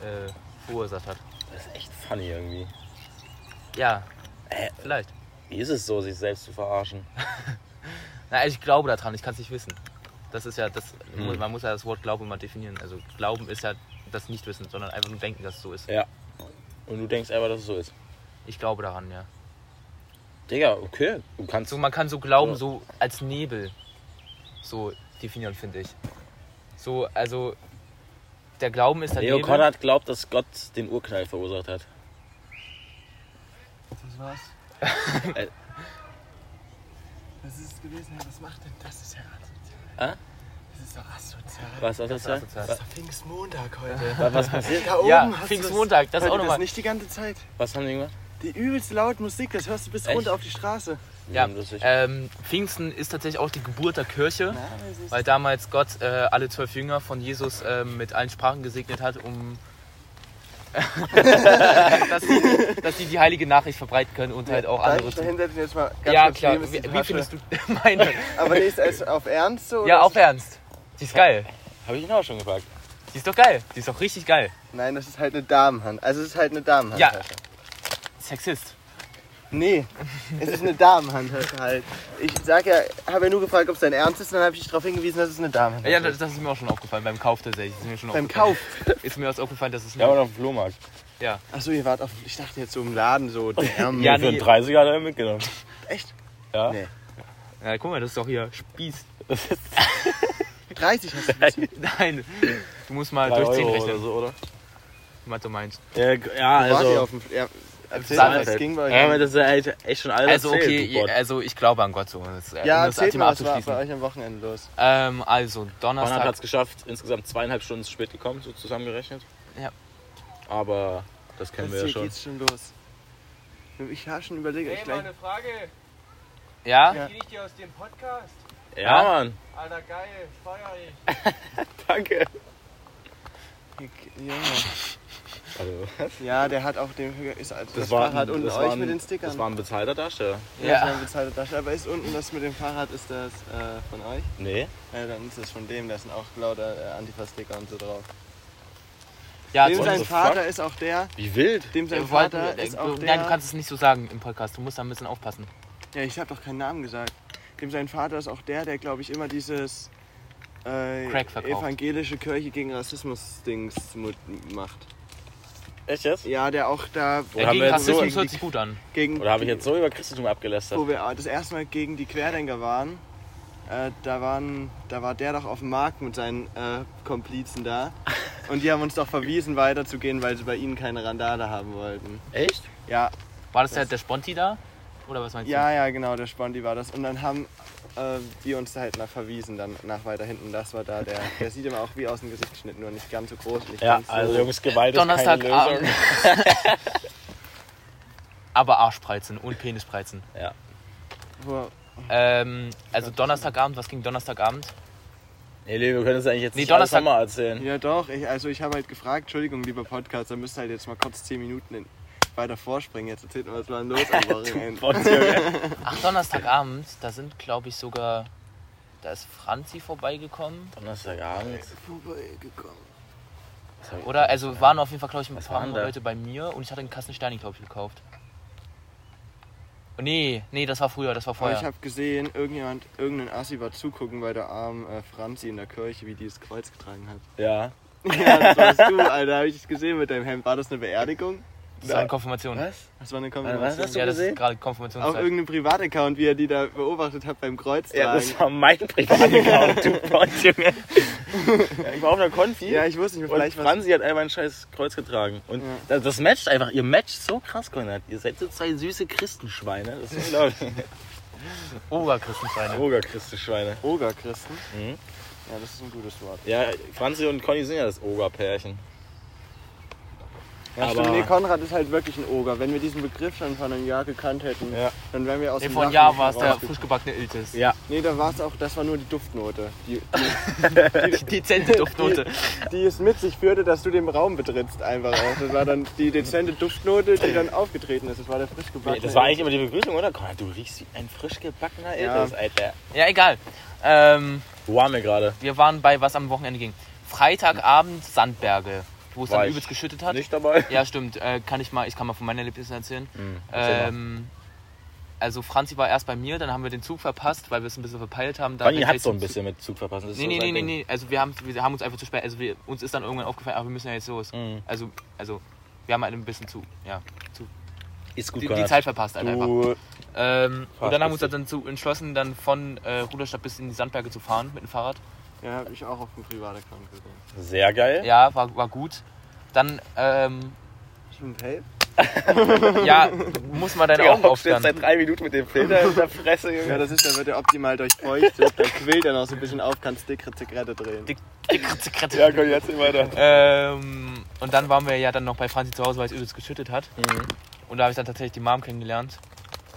A: äh, verursacht hat.
B: Das ist echt funny irgendwie.
A: Ja, Äh, vielleicht.
B: Wie ist es so, sich selbst zu verarschen?
A: Na, also ich glaube daran, ich kann es nicht wissen. Das ist ja das,
B: Hm.
A: man muss ja das Wort Glauben mal definieren. Also Glauben ist ja das Nichtwissen, sondern einfach nur denken, dass es so ist.
B: Ja. Und du denkst einfach, dass es so ist.
A: Ich glaube daran, ja.
B: Digga, okay. Du kannst.
A: So, man kann so Glauben
B: Ja.
A: so als Nebel so definieren, finde ich. So, also der Glauben ist der
B: Leo
A: Nebel.
B: Konrad glaubt, dass Gott den Urknall verursacht hat.
G: Das war's.
B: Äh.
G: Das ist es gewesen, ja, was macht denn das? ist ja asozial.
B: Hä?
G: Das ist doch asozial.
B: Was,
A: Das
B: was, was, was,
A: ist asozial.
G: Das ist doch Pfingstmontag heute.
B: was passiert?
G: Da oben
A: Ja,
G: hast du
A: Pfingstmontag, das
G: Hört
A: ist auch
G: ihr
A: nochmal.
G: nicht die ganze Zeit.
B: Was haben die gemacht?
G: Die übelst laut Musik, das hörst du bis
B: Echt?
G: runter auf die Straße.
A: Ja,
B: lustig.
A: ähm, Pfingsten ist tatsächlich auch die Geburt der Kirche,
G: Ja, das ist-
A: weil damals Gott äh, alle zwölf Jünger von Jesus ähm, mit allen Sprachen gesegnet hat, um dass, dass sie die heilige Nachricht verbreiten können und halt auch
G: Darf
A: andere
G: ich
A: zu
G: dahinter jetzt mal ganz
A: ja,
G: kurz
A: klar.
G: nehmen, ist
A: Wie,
G: die
A: wie
G: Tasche.
A: findest du meine?
G: Aber die ist also auf Ernst so?
A: ja,
G: oder
A: auf
G: ist-
A: Ernst. Die ist geil.
B: Habe ich ihn auch schon gefragt.
A: Die ist doch geil. Die ist doch richtig geil.
G: Nein, das ist halt eine Damenhand. Also es ist halt eine Damenhand.
A: Ja. Sexist.
G: Nee, es ist eine Damenhand halt. Ich sag ja, habe ja nur gefragt, ob es dein Ernst ist, dann habe ich dich darauf hingewiesen, dass es eine Damenhand halt
A: Ja, das,
G: ist.
A: das ist mir auch schon aufgefallen beim Kauf tatsächlich. Ist mir schon
G: Beim
A: aufgefallen.
G: Kauf.
A: Ist mir auch aufgefallen, dass es
B: Ja,
A: ja,
B: aber auf dem Flohmarkt.
G: Achso, ihr wart auf. Ich dachte jetzt so im Laden, so Därmen.
A: Ja,
B: Für einen
A: nee.
B: 30er hat er ihn mitgenommen.
G: Echt?
B: Ja.
G: Nee.
A: ja, guck mal, das ist doch hier Spieß.
G: 30 hast du bezahlt.
A: Nein, du musst mal
B: Drei
A: durch 10
B: Euro
A: rechnen,
B: oder so, oder?
A: was du meinst.
B: Ja, g- ja
G: Wo wart ihr
B: also.
G: auf dem. Ja, erzähl mal,
B: Saalfeld.
G: was ging bei euch?
B: Ja, aber
G: Ja,
B: das ist echt, echt schon alles
A: Also okay,
B: erzählt, du
A: je-
B: Gott.
A: also ich glaube an Gott so. Das, ist, äh, um das
G: erzählt
A: Thema
G: mal, was war bei
A: abzuschließen.
G: euch am Wochenende los?
A: Ähm, also
B: Konrad hat
A: Donnerstag.
B: es geschafft, insgesamt zweieinhalb Stunden zu spät gekommen, so zusammengerechnet.
A: Ja.
B: Aber das kennen wir ja
G: hier
B: schon.
G: geht's schon los. Ich habe schon überlegt, ob ich gleich.
H: Frage,
A: Ja?
G: Ja.
H: bin ich dir aus dem Podcast?
B: Ja,
A: Ja?
B: Mann.
H: Alter, geil, feier ich.
B: Danke.
G: Ja,
B: Also,
G: ja, der hat auch dem. Ist, also das,
B: war
G: Fahrrad
B: ein-
G: unten
B: das war
G: euch
B: ein-
G: mit den Stickern.
B: Das war ein bezahlter Darsteller.
G: Ja, das
A: Ja.
G: war eine bezahlte Tasche. Aber ist unten das mit dem Fahrrad, ist das äh, von euch?
B: Nee.
G: Ja, dann ist das von dem, da sind auch lauter äh, Antifa-Sticker und so drauf.
A: Ja,
G: dem
A: zum-
B: what
G: sein
B: also the
G: Vater
B: fuck?
G: ist auch der,
B: Wie wild.
G: dem sein
A: wir wollten-
G: Vater
A: äh,
G: ist auch der.
A: Nein, du kannst es nicht so sagen im Podcast. Du musst da ein bisschen aufpassen.
G: ja, ich habe doch keinen Namen gesagt. Dem sein Vater ist auch der, der, glaube ich, immer dieses äh,
A: Crack verkauft.
G: evangelische Kirche gegen Rassismus-Dings mut- macht.
B: Echt jetzt?
G: Ja, der auch da,
B: Oder haben
A: Gegen
B: wir jetzt so,
A: Rassismus hört sich gut an.
G: gegen,
B: oder habe ich jetzt so über Christentum abgelästert?
G: wo wir ah, das erste Mal gegen die Querdenker waren, äh, da waren, da war der doch auf dem Markt mit seinen äh, Komplizen da. Und die haben uns doch verwiesen, weiterzugehen, weil sie bei ihnen keine Randale haben wollten.
B: Echt?
G: Ja,
A: War das der, der Sponti da? Oder was meinst du?
G: ja, ja, genau, der Spondi war das. Und dann haben äh, wir uns da halt nach verwiesen, dann nach weiter hinten. Das war da, der, der sieht immer auch wie aus dem Gesicht geschnitten, nur nicht ganz so groß. Nicht
B: Ja,
G: ganz so.
B: also Jungs, Gewalt ist keine
A: Donnerstagabend.
B: Lösung.
A: Aber Arschpreizen und Penispreiz'n.
G: Wo-
A: Ähm, also Donnerstagabend, was ging Donnerstagabend?
B: Nee, Leo, wir können es eigentlich jetzt
A: Nee,
B: nicht alles
A: Donnerstag-
B: nochmal erzählen.
G: Ja, doch, ich, also ich habe halt gefragt, Entschuldigung, lieber Podcast, da müsst ihr halt jetzt mal kurz 10 Minuten in, weiter vorspringen. Jetzt erzählt mir, was war denn los am Wochenende.
A: Ach, Donnerstagabend, da sind, glaube ich, sogar. Da ist Franzi vorbeigekommen.
D: Donnerstagabend.
G: Vorbeigekommen.
D: Was hab ich-
A: Oder? Also waren auf jeden Fall, glaube ich, ein
D: Was
A: paar
D: waren da?
A: andere Leute bei mir und ich hatte einen Kasten Steine, glaube ich, gekauft. Oh, nee, nee, das war früher, das war
G: Aber
A: vorher.
G: ich habe gesehen, irgendjemand, irgendein Assi war zugucken bei der armen äh, Franzi in der Kirche, wie die das Kreuz getragen hat.
B: Ja.
G: Ja, das warst du, Alter. Habe ich es gesehen mit deinem Hemd. War das eine Beerdigung?
A: das war eine Konfirmation.
B: Was?
G: Das war eine
B: Äh, Was
G: Konfirmation.
B: hast du
A: Ja, das
B: gesehen?
A: ist gerade
G: Auf
A: Konfirmationszeit.
G: irgendeinem Privataccount, wie er die da beobachtet hat beim Kreuz
B: Ja,
G: tragen.
B: das war mein Privataccount, du Bond, Junge. Ja, ich war auf einer Konfi.
G: Ja, ich wusste nicht,
B: und
G: vielleicht war
B: Franzi hat einfach ein scheiß Kreuz getragen. Und
G: Ja.
B: das, das matcht einfach, ihr matcht so krass, Konrad. Ihr seid so zwei süße Christenschweine. Das ist unglaublich. Oh,
A: Oberchristensteine.
B: Oger-Christenschweine.
G: Ogerchristen.
B: Mhm.
G: Ja, das ist ein gutes Wort.
B: Ja, Franzi und Conny sind ja das Ogerpärchen.
G: Ja,
B: Aber-
G: stimmt, nee, Konrad ist halt wirklich ein Oger. Wenn wir diesen Begriff schon vor einem Jahr gekannt hätten,
B: Ja.
G: dann wären wir aus
A: Nee,
G: dem
A: vor einem
G: Lachen
A: Jahr
G: schon
A: war es der
G: rausgekommen.
A: frisch gebackene Iltis.
B: Oh. Ja.
G: Nee, da war es auch, das war nur die Duftnote. Die,
A: Die dezente Duftnote.
G: die es mit sich führte, dass du den Raum betrittst einfach. auch. Das war dann die dezente Duftnote, die dann aufgetreten ist. Das war der frisch gebackene.
B: Das war eigentlich immer die Begrüßung, oder? Konrad, du riechst wie ein frisch gebackener
G: Ja.
B: Iltis, Alter.
A: Ja, egal. Ähm,
B: Wo waren wir gerade?
A: wir waren bei, was am Wochenende ging. Freitagabend Sandberge, wo es
B: War
A: dann
B: ich
A: übelst geschüttet hat.
B: Nicht dabei?
A: Ja, stimmt. Äh, kann ich mal, ich kann mal von meinen Erlebnissen erzählen.
B: Hm, erzähl mal.
A: Ähm, also Franzi war erst bei mir, dann haben wir den Zug verpasst, weil wir es ein bisschen verpeilt haben. Dann
B: Conny hat
A: rechtzeitig
B: so ein
A: zum Zug-
B: bisschen mit Zug verpassen. Das ist
A: Nee,
B: so
A: nee, nee,
B: sein
A: nee, nee.
B: Ding.
A: Also wir haben, wir haben uns einfach zu spät, also wir, uns ist dann irgendwann aufgefallen, aber wir müssen ja jetzt los.
B: Mhm.
A: Also, also, wir haben halt ein bisschen zu, ja,
B: Ist gut,
A: die, die
B: Konrad.
A: Zeit verpasst halt einfach.
B: Du
A: Ähm, und dann haben wir uns
B: richtig.
A: dann zu entschlossen, dann von äh, Ruderstadt bis in die Sandberge zu fahren mit dem Fahrrad.
G: Ja, hab ich auch auf dem Privataccount gesehen.
B: sehr geil.
A: Ja, war, war gut. Dann, ähm,
G: Stimmt, hey?
A: ja, muss man deine
B: Digga,
A: Augen
B: hockst du jetzt
A: aufsperren.
B: seit drei Minuten mit dem Filter in der Fresse,
G: Ja,
B: Junge.
G: das ist, dann wird er optimal durchfeuchtet. Dann quillt er noch so ein bisschen auf, kannst dicke Zigarette drehen.
A: Dick- dicke Zigarette.
B: Ja, Conny, erzähl weiter.
A: Ähm, und dann waren wir ja dann noch bei Franzi zu Hause, weil es übelst geschüttet hat.
B: Mhm.
A: Und da habe ich dann tatsächlich die Mom kennengelernt.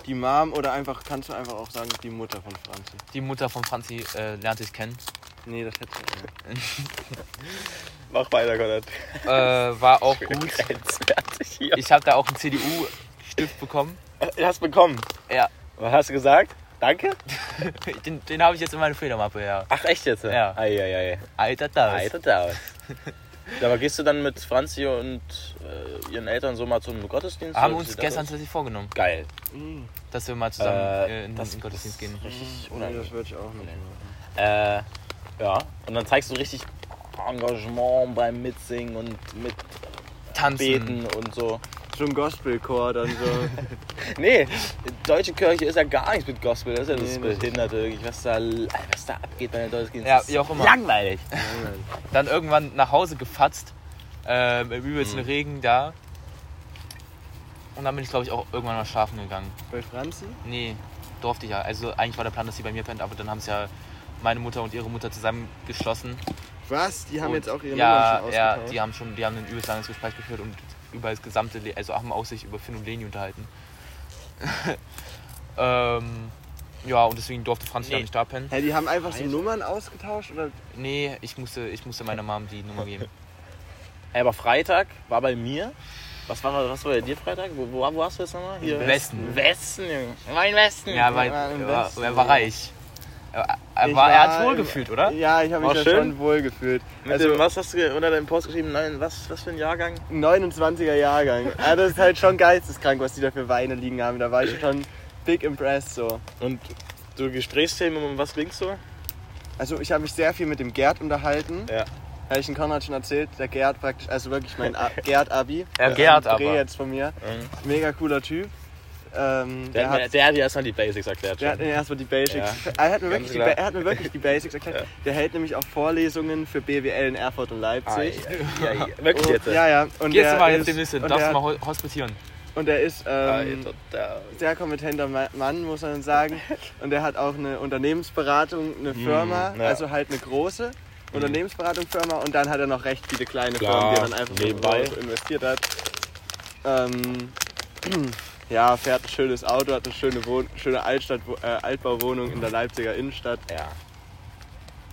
G: Die Mom oder einfach, kannst du einfach auch sagen, die Mutter von Franzi.
A: Die Mutter von Franzi äh, lernte ich kennen.
G: Nee, das hätte ich nicht.
B: Mach weiter, Konrad.
A: Äh, war auch gut.
B: Grenzwertig hier.
A: Ich habe da auch einen CDU-Stift bekommen.
B: Du hast bekommen.
A: Ja.
B: Was hast du gesagt? Danke?
A: Den, den habe ich jetzt in meine Federmappe, ja.
B: Ach, echt jetzt?
A: Ja.
B: Eieiei.
A: Alter, das.
B: Alter, da. Aber gehst du dann mit Franzi und äh, ihren Eltern so mal zum Gottesdienst?
A: Haben
B: Oder wie
A: uns
B: sieht das
A: gestern
B: aus?
A: tatsächlich vorgenommen,
B: Geil.
A: dass wir mal zusammen
B: Äh,
A: äh, in
B: das-
A: den Gottesdienst gehen.
B: Richtig
G: Nee,
B: unangenehm.
G: das würde ich auch nicht. machen.
B: Äh, Mhm. ja. Und dann zeigst du richtig Engagement beim Mitsingen und Mitbeten
A: Tanzen.
B: und so.
G: So ein Gospelchor dann so.
B: Nee, deutsche Kirche ist ja gar nichts mit Gospel. Das ist ja das
G: Nee, das ist-
B: Behinderte, wirklich, was da, was da abgeht bei der Deutschen
A: Ja, wie auch immer.
B: Langweilig.
A: Dann irgendwann nach Hause gefatzt. Äh, Im übelsten
B: Mhm.
A: Regen da. Und dann bin ich, glaube ich, auch irgendwann mal schlafen gegangen.
G: Bei Franzi?
A: Nee, durfte ich ja. Also eigentlich war der Plan, dass sie bei mir pennt, aber dann haben es ja meine Mutter und ihre Mutter zusammengeschlossen.
G: Was? Die haben
A: und
G: jetzt auch
A: ja,
G: ihre Nummern schon
A: ja,
G: ausgetauscht?
A: die haben schon, die haben ein übelst langes Gespräch geführt und über das gesamte, Le also haben auch sich über Finn und Leni unterhalten. ähm, ja, und deswegen durfte Franz ja
B: Nee.
A: nicht da pennen.
G: Hä, die haben einfach so Nummern ausgetauscht? Oder?
A: Nee, ich musste, ich musste meiner Mom die Nummer geben.
B: Aber Freitag war bei mir. Was war, was war bei dir Freitag? Wo, wo, wo warst du jetzt nochmal? Hier.
A: Westen.
B: Westen, Junge. Mein Westen.
A: Ja, weil
G: war im
A: er war,
G: Westen,
A: er war
G: ja.
A: reich. Er, er,
G: Ich
A: war, er
G: war
A: hat wohl
G: im-
A: gefühlt, oder?
G: Ja, ich habe mich
B: War
G: da
B: schön?
G: schon wohl gefühlt.
B: Mit
G: Also
B: dem, was hast du unter deinem Post geschrieben? Nein, was, was für ein Jahrgang?
G: 29er Jahrgang. Ah, das ist halt schon geisteskrank, was die da für Weine liegen haben. Da war ich schon big impressed so.
B: Und so Gesprächsthemen, um was gingst du?
G: Also ich habe mich sehr viel mit dem Gerd unterhalten.
B: Ja.
G: Habe ich in Konrad schon erzählt, der Gerd praktisch, also wirklich mein A Gerd Abi.
A: Er gärt
G: Dreh
A: aber.
G: jetzt von mir.
B: Mhm.
G: Mega cooler Typ. Ähm,
B: Der,
G: der,
B: hat, mir-
G: hat,
B: der hat dir erstmal die Basics erklärt.
G: der hat
B: schon.
G: mir erstmal die Basics. Er, hat
B: Ganz
G: mir wirklich die,
B: klar.
G: Ba- er hat mir wirklich die Basics erklärt. Der hält nämlich auch Vorlesungen für BWL in Erfurt und Leipzig.
B: Ei, ei, ei. Ah, Wirklich jetzt?
G: Und, ja, ja. Und
A: Gehst
G: der
A: du mal jetzt
G: ist-
A: demnächst hin,
G: und
A: darfst
G: der-
A: du mal ho- hospitieren.
G: Und er ist
B: Ei,
G: ähm,
B: da-
G: sehr kompetenter Ma- Mann, muss man sagen. Und er hat auch eine Unternehmensberatung, eine Firma,
B: Mhm, ja. Mhm.
G: also halt eine große Unternehmensberatung, Firma. Und dann hat er noch recht viele kleine
B: Klar,
G: Firmen, die er dann einfach so
B: nebenbei.
G: drauf investiert hat. Ähm, ja, fährt ein schönes Auto, hat eine schöne, Wohn schöne Altstadt äh, Altbauwohnung in der Leipziger Innenstadt.
B: Ja.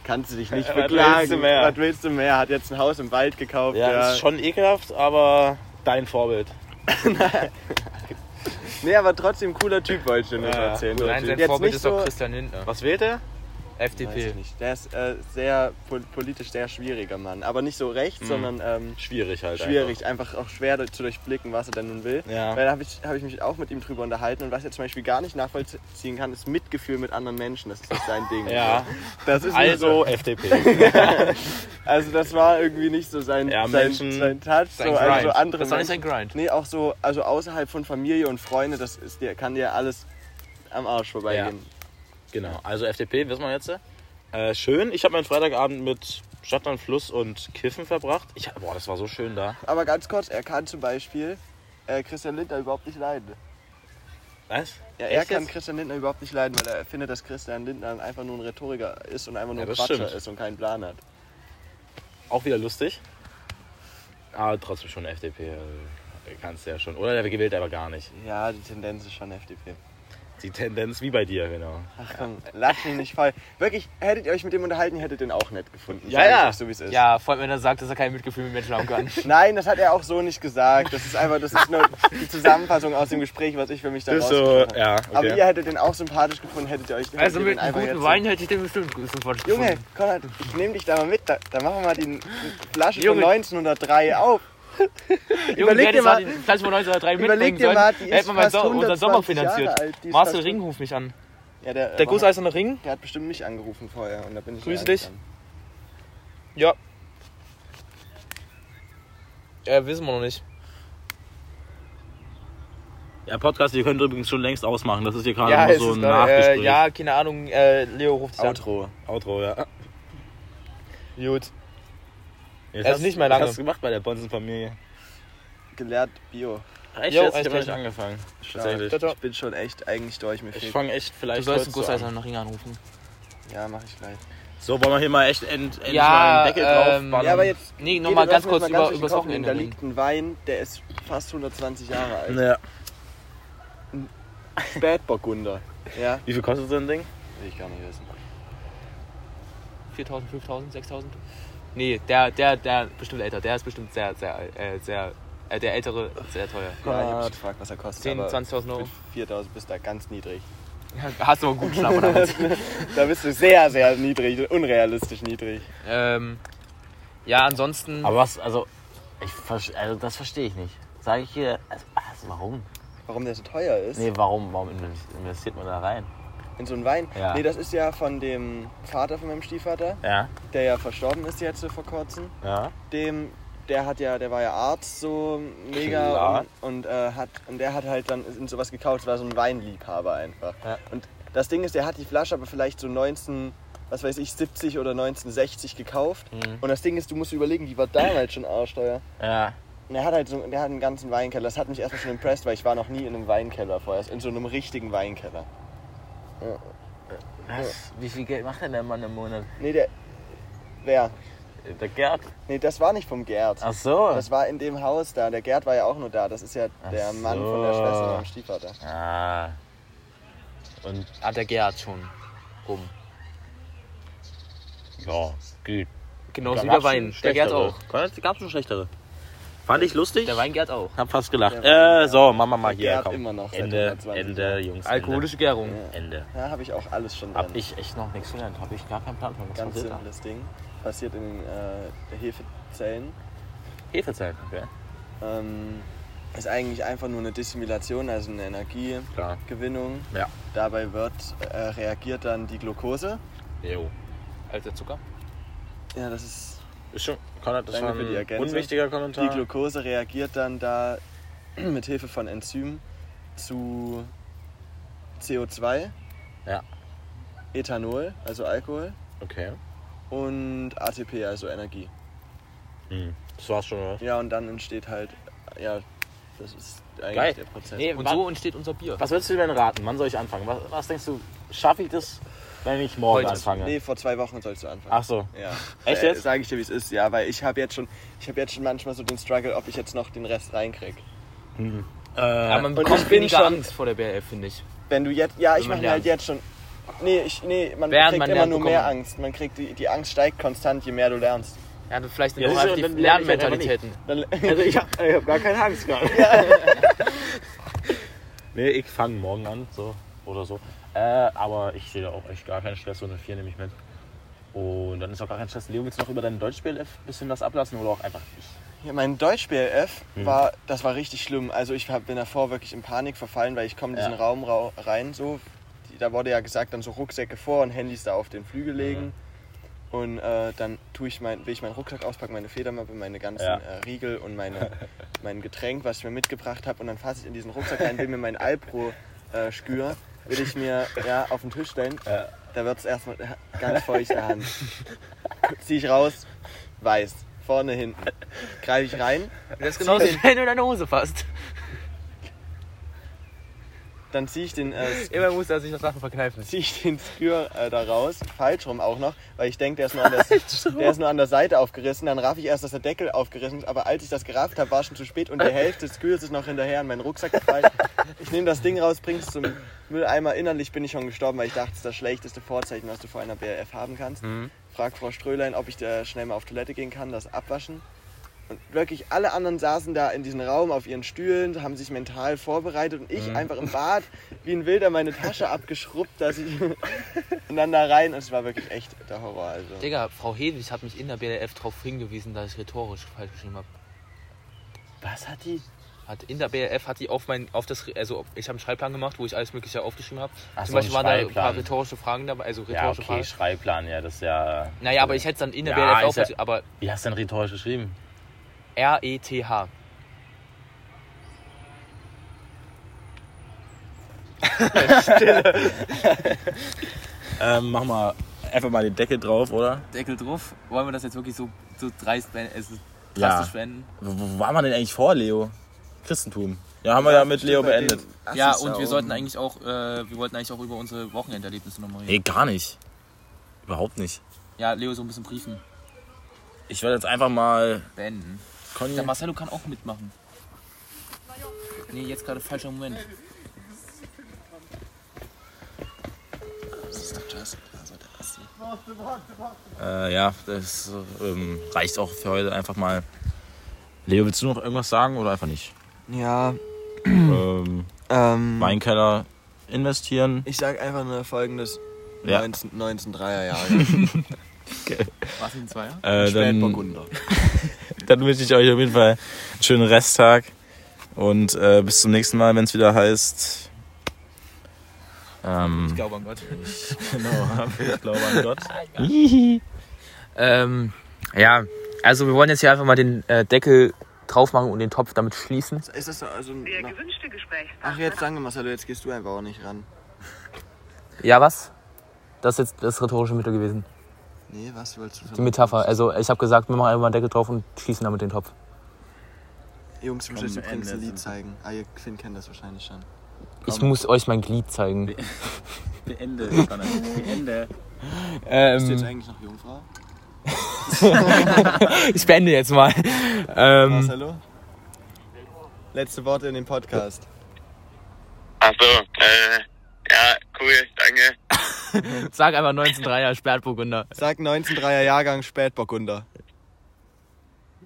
G: Kannst du dich nicht
B: Was willst
G: beklagen.
B: du mehr?
G: Was willst du mehr? Hat jetzt ein Haus im Wald gekauft.
B: Ja, ist schon ekelhaft, aber dein Vorbild.
G: Nee, aber trotzdem cooler Typ, wollte ich dir noch erzählen.
A: Nein, sein
G: Jetzt
A: Vorbild
G: nicht
A: ist doch
G: so-
A: Christian Lindner.
G: Was wählt er? Weiß ich
A: FDP.
G: nicht. Der ist äh, sehr pol politisch sehr schwieriger Mann. Aber nicht so rechts, sondern ähm,
B: Schwierig halt.
G: schwierig. Einfach. auch schwer durch- zu durchblicken, was er denn nun will.
B: Ja.
G: Weil da habe ich, hab ich mich auch mit ihm drüber unterhalten. Und was er zum Beispiel gar nicht nachvollziehen kann, ist Mitgefühl mit anderen Menschen. Das ist nicht sein Ding.
B: Ja.
G: Das ist nicht so.
B: Also FDP.
G: Also das war irgendwie nicht so sein,
B: Ja,
G: sein,
B: Menschen-
G: sein Touch.
A: Sein
G: so, also so
A: Grind.
G: andere
A: Das war nicht
G: Menschen-
A: sein Grind.
G: Nee, auch so, also außerhalb von Familie und Freunde, das ist dir, kann dir alles am Arsch vorbeigehen.
B: genau. Also FDP, wissen wir jetzt. Äh, schön. Ich habe meinen Freitagabend mit Stadtland, Fluss und Kiffen verbracht. Ich, boah, das war so schön da.
G: Aber ganz kurz, er kann zum Beispiel äh, Christian Lindner überhaupt nicht leiden.
B: Was?
G: Ja, er
B: Echt
G: kann
B: jetzt?
G: Christian Lindner überhaupt nicht leiden, weil er findet, dass Christian Lindner einfach nur ein Rhetoriker ist und einfach
B: Ja,
G: nur ein
B: das
G: Quatscher
B: stimmt.
G: ist und keinen Plan hat.
B: Auch wieder lustig. Aber trotzdem schon FDP. also, Kannst ja schon. Oder der gewählt aber gar nicht.
G: Ja, die Tendenz ist schon FDP.
B: Die Tendenz wie bei dir, genau.
G: Ach komm, lass ihn nicht voll. Wirklich, hättet ihr euch mit dem unterhalten, ihr hättet den auch nett gefunden.
B: Ja,
G: Sag ich
B: ja.
G: euch So wie es ist.
A: Ja, vor allem, wenn er sagt, dass er kein Mitgefühl mit Menschen haben kann.
G: Nein, das hat er auch so nicht gesagt. Das ist einfach, das ist nur die Zusammenfassung aus dem Gespräch, was ich für mich da
B: Das ist
G: rausgefunden
B: so,
G: habe.
B: ja,
G: Aber ihr
B: okay.
G: hättet den auch sympathisch gefunden, hättet ihr euch hättet
A: Also
G: ihr
A: mit
G: den
A: einem
G: einfach
A: guten
G: jetzt-
A: Wein hätte ich den bestimmt gut sofort
G: Junge,
A: gefunden.
G: Konrad, ich nehme dich da mal mit. Da, da machen wir die Flasche
A: Junge.
G: von 1903 auf.
A: Junge,
G: überleg
A: der hätte
G: dir
A: es mal
G: mal-
A: die Fleisch von 1903
G: überleg
A: mitbringen
G: dir
A: sollen.
G: mal, die
A: Da
G: ist
A: hätte man mein
G: fast
A: so unseren Sommer
G: 120 Jahre
A: finanziert.
G: alt, die ist
A: Marcel
G: fast-
A: Ring ruft mich an.
G: Ja, der, äh,
A: Der gusseiserne Ring?
G: der hat bestimmt mich angerufen vorher und da bin ich
A: Grüße
G: nicht rangegangen.
A: Ja. Ja, wissen wir noch nicht.
B: Ja, Podcast, ihr könnt übrigens schon längst ausmachen. Das ist hier gerade
A: ja,
B: nur
A: es
B: so
A: ist
B: ein
A: da,
B: Nachgespräch.
A: äh, ja, keine Ahnung, äh, Leo ruft dich an.
G: Outro.
B: Outro, ja.
A: Gut.
B: Jetzt
A: Das ist nicht mehr lange.
B: Was hast du gemacht bei der Bonzenfamilie?
G: Gelehrt Bio.
B: Echt?
A: Jo,
B: jetzt?
A: alles
B: ich habe nicht
A: klar.
B: angefangen.
G: Stark.
B: Tatsächlich.
A: Ciao, ciao.
G: Ich bin schon echt eigentlich durch. Mir
B: Ich
G: fehlt.
B: fange echt vielleicht
A: Du sollst den
B: heute so an.
A: gusseiserne Ring anrufen.
G: Ja, mach ich gleich.
B: So, wollen wir hier mal echt end, endlich
A: Ja,
B: mal einen Deckel
A: ähm,
B: drauf
G: Ja, aber jetzt.
A: Nee,
G: geht
A: nochmal
G: ihr
A: ganz
G: lassen wir
A: kurz
G: jetzt
A: über,
G: durch den
A: übers
G: Kopf nehmen.
A: Wochenende
G: Da
A: reden.
G: liegt ein Wein, der ist fast 120 Jahre alt.
B: Ja.
G: Spätburgunder. Ja?
B: Wie viel kostet so ein Ding?
G: Will ich gar nicht wissen.
A: 4000, 5000, 6000? Nee, der, der, der bestimmt älter. Der ist bestimmt sehr, sehr, alt, äh, sehr, äh, der ältere ist sehr teuer.
G: Ja, ich hab mich gefragt, was er kostet.
A: 10,
G: aber
A: 20.000 Euro.
G: Mit 4000 bist du da ganz niedrig.
A: Hast du aber gut Schlappen damit.
G: Da bist du sehr, sehr niedrig, unrealistisch niedrig.
A: ähm, ja, ansonsten.
D: Aber was, also, ich, verste- also das verstehe ich nicht. Sage ich hier, also, also warum?
G: Warum der so teuer ist?
D: Nee, warum, warum investiert man da rein?
G: In so einen Wein?
D: Ja.
G: Nee, das ist ja von dem Vater von meinem Stiefvater,
D: Ja.
G: der ja verstorben ist jetzt so vor kurzem.
D: Ja.
G: Dem, der hat ja, der war ja Arzt so mega
D: Klar.
G: und, und, äh, hat, und der hat halt dann in sowas gekauft, war so ein Weinliebhaber einfach.
D: Ja.
G: Und das Ding ist, der hat die Flasche aber vielleicht so 19, was weiß ich, 70 oder 1960 gekauft.
D: Mhm.
G: Und das Ding ist, du musst überlegen, die war damals schon arschteuer.
D: Ja.
G: Und er hat halt so, der hat einen ganzen Weinkeller. Das hat mich erstmal schon impressed, weil ich war noch nie in einem Weinkeller vorher, in so einem richtigen Weinkeller.
D: Was? Wie viel Geld macht denn der Mann im Monat?
G: Nee, der. Wer?
D: Der Gerd.
G: Nee, das war nicht vom Gerd.
D: Ach so.
G: Das war in dem Haus da. Der Gerd war ja auch nur da. Das ist ja der
D: so.
G: Mann von der Schwester und meinem Stiefvater.
D: Ah.
B: Und
A: Ah, der Gerhard schon. Rum.
B: ja, geht.
A: Genauso Genau, wie
B: Da
A: der
B: gab's
A: Wein.
B: schon
A: Der Gerhard
B: schlechtere.
A: auch.
B: Da gab schon schlechtere. Fand ich lustig.
A: Der Weingerd auch.
B: Hab fast gelacht.
G: Der Wein,
B: Äh, so, machen wir mal hier.
G: Gerd
B: Komm.
G: immer noch seit
B: Ende,
G: 120
B: Ende, Jungs.
A: Alkoholische Gärung.
B: Ende. Ende.
G: Da habe ich auch alles schon drin.
D: Hab ich echt noch nichts gelernt. Hab ich gar keinen Plan von. Was
G: Ganz
D: passiert da?
G: simples Ding. Passiert in den äh, Hefezellen.
B: Hefezeit, okay.
G: Ähm, ist eigentlich einfach nur eine Dissimilation, also eine
B: Klar.
G: Energiegewinnung.
B: Ja.
G: Dabei wird äh, reagiert dann die Glucose.
B: Jo.
A: Alter Zucker.
G: Ja, das ist
B: Ist schon, Konrad, das
G: Danke
B: war
G: für die
B: ein
G: Ergänzung.
B: unwichtiger Kommentar.
G: Die Glucose reagiert dann da mit Hilfe von Enzymen zu CO2,
B: Ja.
G: Ethanol, also Alkohol,
B: okay.
G: und ATP, also Energie.
B: Hm. Das war's schon, oder?
G: Ja, und dann entsteht halt, ja, das ist eigentlich
B: Geil.
G: der Prozess.
B: Nee,
A: Und
B: wa-
A: so entsteht unser Bier.
B: Was würdest du denn raten? Wann soll ich anfangen? Was, was denkst du, schaffe ich das, wenn ich morgen
A: Heute.
B: anfange?
G: Nee, vor zwei Wochen sollst du anfangen.
B: Ach so.
G: Ja.
B: Echt jetzt?
G: Sage ich dir, wie es ist, ja, weil ich habe jetzt schon, ich habe jetzt schon manchmal so den Struggle, ob ich jetzt noch den Rest reinkrieg.
A: Aber man
G: Und ich
A: bekommt
G: bin
A: weniger
G: schon-
A: Angst vor der BRF, finde ich.
G: Wenn du jetzt, ja, ich
A: Wenn
G: mache
A: man
G: mir halt
A: lernt.
G: jetzt schon. Nee, ich, nee, man
A: Während
G: kriegt
A: man
G: immer
A: lernt,
G: nur mehr
A: bekommt man-
G: Angst. Man kriegt die, die Angst steigt konstant, je mehr du lernst.
A: Ja, dann vielleicht sind
D: Ja,
A: auch
D: das ist
A: einfach die
D: ja- dann lerne ich halt einfach
A: Lernmentalitäten.
D: Dann, also ich hab, ich hab gar keine Angst gerade. nee, ich fange morgen an, so oder so. Äh, aber ich sehe da auch echt gar keinen Stress, so eine 4 nehme ich mit. Und dann ist auch gar kein Stress. Leo, willst du noch über dein Deutschspiel ein bisschen was ablassen oder auch einfach nicht?
G: Ja, mein Deutsch-BLF
D: Mhm.
G: war, das war richtig schlimm. Also ich hab, bin davor wirklich in Panik verfallen, weil ich komme in diesen
D: Ja.
G: Raum rau rein so. Die- Da wurde ja gesagt, dann so Rucksäcke vor und Handys da auf den Flügel
D: Mhm.
G: legen. Und äh, dann tue ich mein, will ich meinen Rucksack auspacken, meine Federmappe, meine ganzen
D: Ja.
G: äh, Riegel und meine, mein Getränk, was ich mir mitgebracht habe. Und dann fasse ich in diesen Rucksack rein, will mir mein Alpro äh, skür, will ich mir ja, auf den Tisch stellen.
D: Ja.
G: Da wird es erstmal äh, ganz feuchte Hand. Zieh ich raus, weiß. Vorne, hinten. Greife ich rein,
A: Das ist genauso, wenn du deine Hose fasst.
G: dann ziehe ich den, äh,
A: Immer muss er sich noch Sachen verkneifen.
G: zieh ich den Skür äh, da raus, falsch rum auch noch, weil ich denke, der, ist nur an der- der ist nur an der Seite aufgerissen. Dann raff ich erst, dass der Deckel aufgerissen ist, aber als ich das gerafft habe, war schon zu spät und die Hälfte des Skürs ist noch hinterher in meinen Rucksack gefallen. Ich nehme das Ding raus, bringe es zum Mülleimer. Innerlich bin ich schon gestorben, weil ich dachte, das ist das schlechteste Vorzeichen, was du vor einer BRF haben kannst. Frag Frau Strölein, ob ich da schnell mal auf Toilette gehen kann, das abwaschen. Und wirklich alle anderen saßen da in diesem Raum auf ihren Stühlen, haben sich mental vorbereitet und ich einfach im Bad wie ein Wilder meine Tasche abgeschrubbt, dass ich und dann da rein und es war wirklich echt der Horror. Also.
A: Digga, Frau Hedwig hat mich in der BLF darauf hingewiesen, dass ich rhetorisch falsch geschrieben habe.
G: Was hat die?
A: Hat, in der BLF hat die auf mein, auf das, also ich habe einen Schreibplan gemacht, wo ich alles mögliche aufgeschrieben habe.
D: Ach so, ein
A: Zum Beispiel waren da ein paar
D: Schreibplan.
A: rhetorische Fragen dabei, also
D: Ja,
A: rhetorische
D: okay,
A: Fragen.
D: Schreibplan, ja, das ist ja.
A: Naja, aber ich hätte es dann in der
D: Ja, ist
A: BLF auch,
D: ja-
A: mit- aber E
D: Wie hast du denn rhetorisch geschrieben?
A: R-E-T-H.
B: Ähm, mach mal einfach mal den Deckel drauf, oder?
A: Deckel drauf. Wollen wir das jetzt wirklich so, so dreist beenden? Also
B: drastisch Ja.
A: beenden?
B: Wo, wo waren wir denn eigentlich vor, Leo? Christentum. Ja, haben wir ja mit Leo beendet.
A: Ja, und wir sollten eigentlich auch, äh, wir wollten eigentlich auch über unsere Wochenenderlebnisse nochmal reden.
B: Nee, gar nicht. Überhaupt nicht.
A: Ja, Leo so ein bisschen briefen,
B: Ich werde jetzt einfach mal.
A: beenden.
B: Conny,
A: Der Marcelo kann auch mitmachen. Nee, jetzt gerade falscher Moment.
B: äh, ja, das ähm, reicht auch für heute einfach mal. Leo, willst du noch irgendwas sagen oder einfach nicht?
G: Ja,
B: ähm,
G: ähm,
B: Weinkeller investieren.
G: ich sag einfach nur folgendes.
B: Ja.
G: 19, 1903er Jahre.
A: Was in zwei Jahren?
B: Äh, dann,
G: Spätburgunder.
B: dann wünsche ich euch auf jeden Fall einen schönen Resttag und äh, bis zum nächsten Mal, wenn es wieder heißt. Ähm,
A: Ich glaube an Gott.
B: genau, ich glaube an Gott.
A: Ähm, ja, also wir wollen jetzt hier einfach mal den äh, Deckel drauf machen und den Topf damit schließen.
G: Ist das so- also
I: Der
G: na,
I: gewünschte
G: Ach,
I: Gesprächspartner
G: jetzt danke Marcelo, jetzt gehst du einfach auch nicht ran.
A: Ja, was? Das ist jetzt das rhetorische Mittel gewesen.
G: Nee, was wolltest du
A: Die Metapher. Also ich habe gesagt, wir machen einfach mal einen Deckel drauf und schließen damit den Topf.
G: Jungs, ich muss
B: Komm,
G: übrigens ein
B: Ende.
G: Lied zeigen. Ah, ihr Finn kennt das wahrscheinlich
B: Mhm.
G: schon.
A: Ich muss euch mein Glied zeigen.
B: Beende, Conny. Beende.
G: Bist du jetzt
A: Ähm,
G: eigentlich noch Jungfrau?
A: ich beende jetzt mal. Ähm,
G: Marcelo? Letzte Worte in dem Podcast.
J: Ach so, äh, ja, cool, danke.
A: Sag einfach 19-3er Sperrburgunder.
G: Sag 1903er Jahrgang Spätburgunder.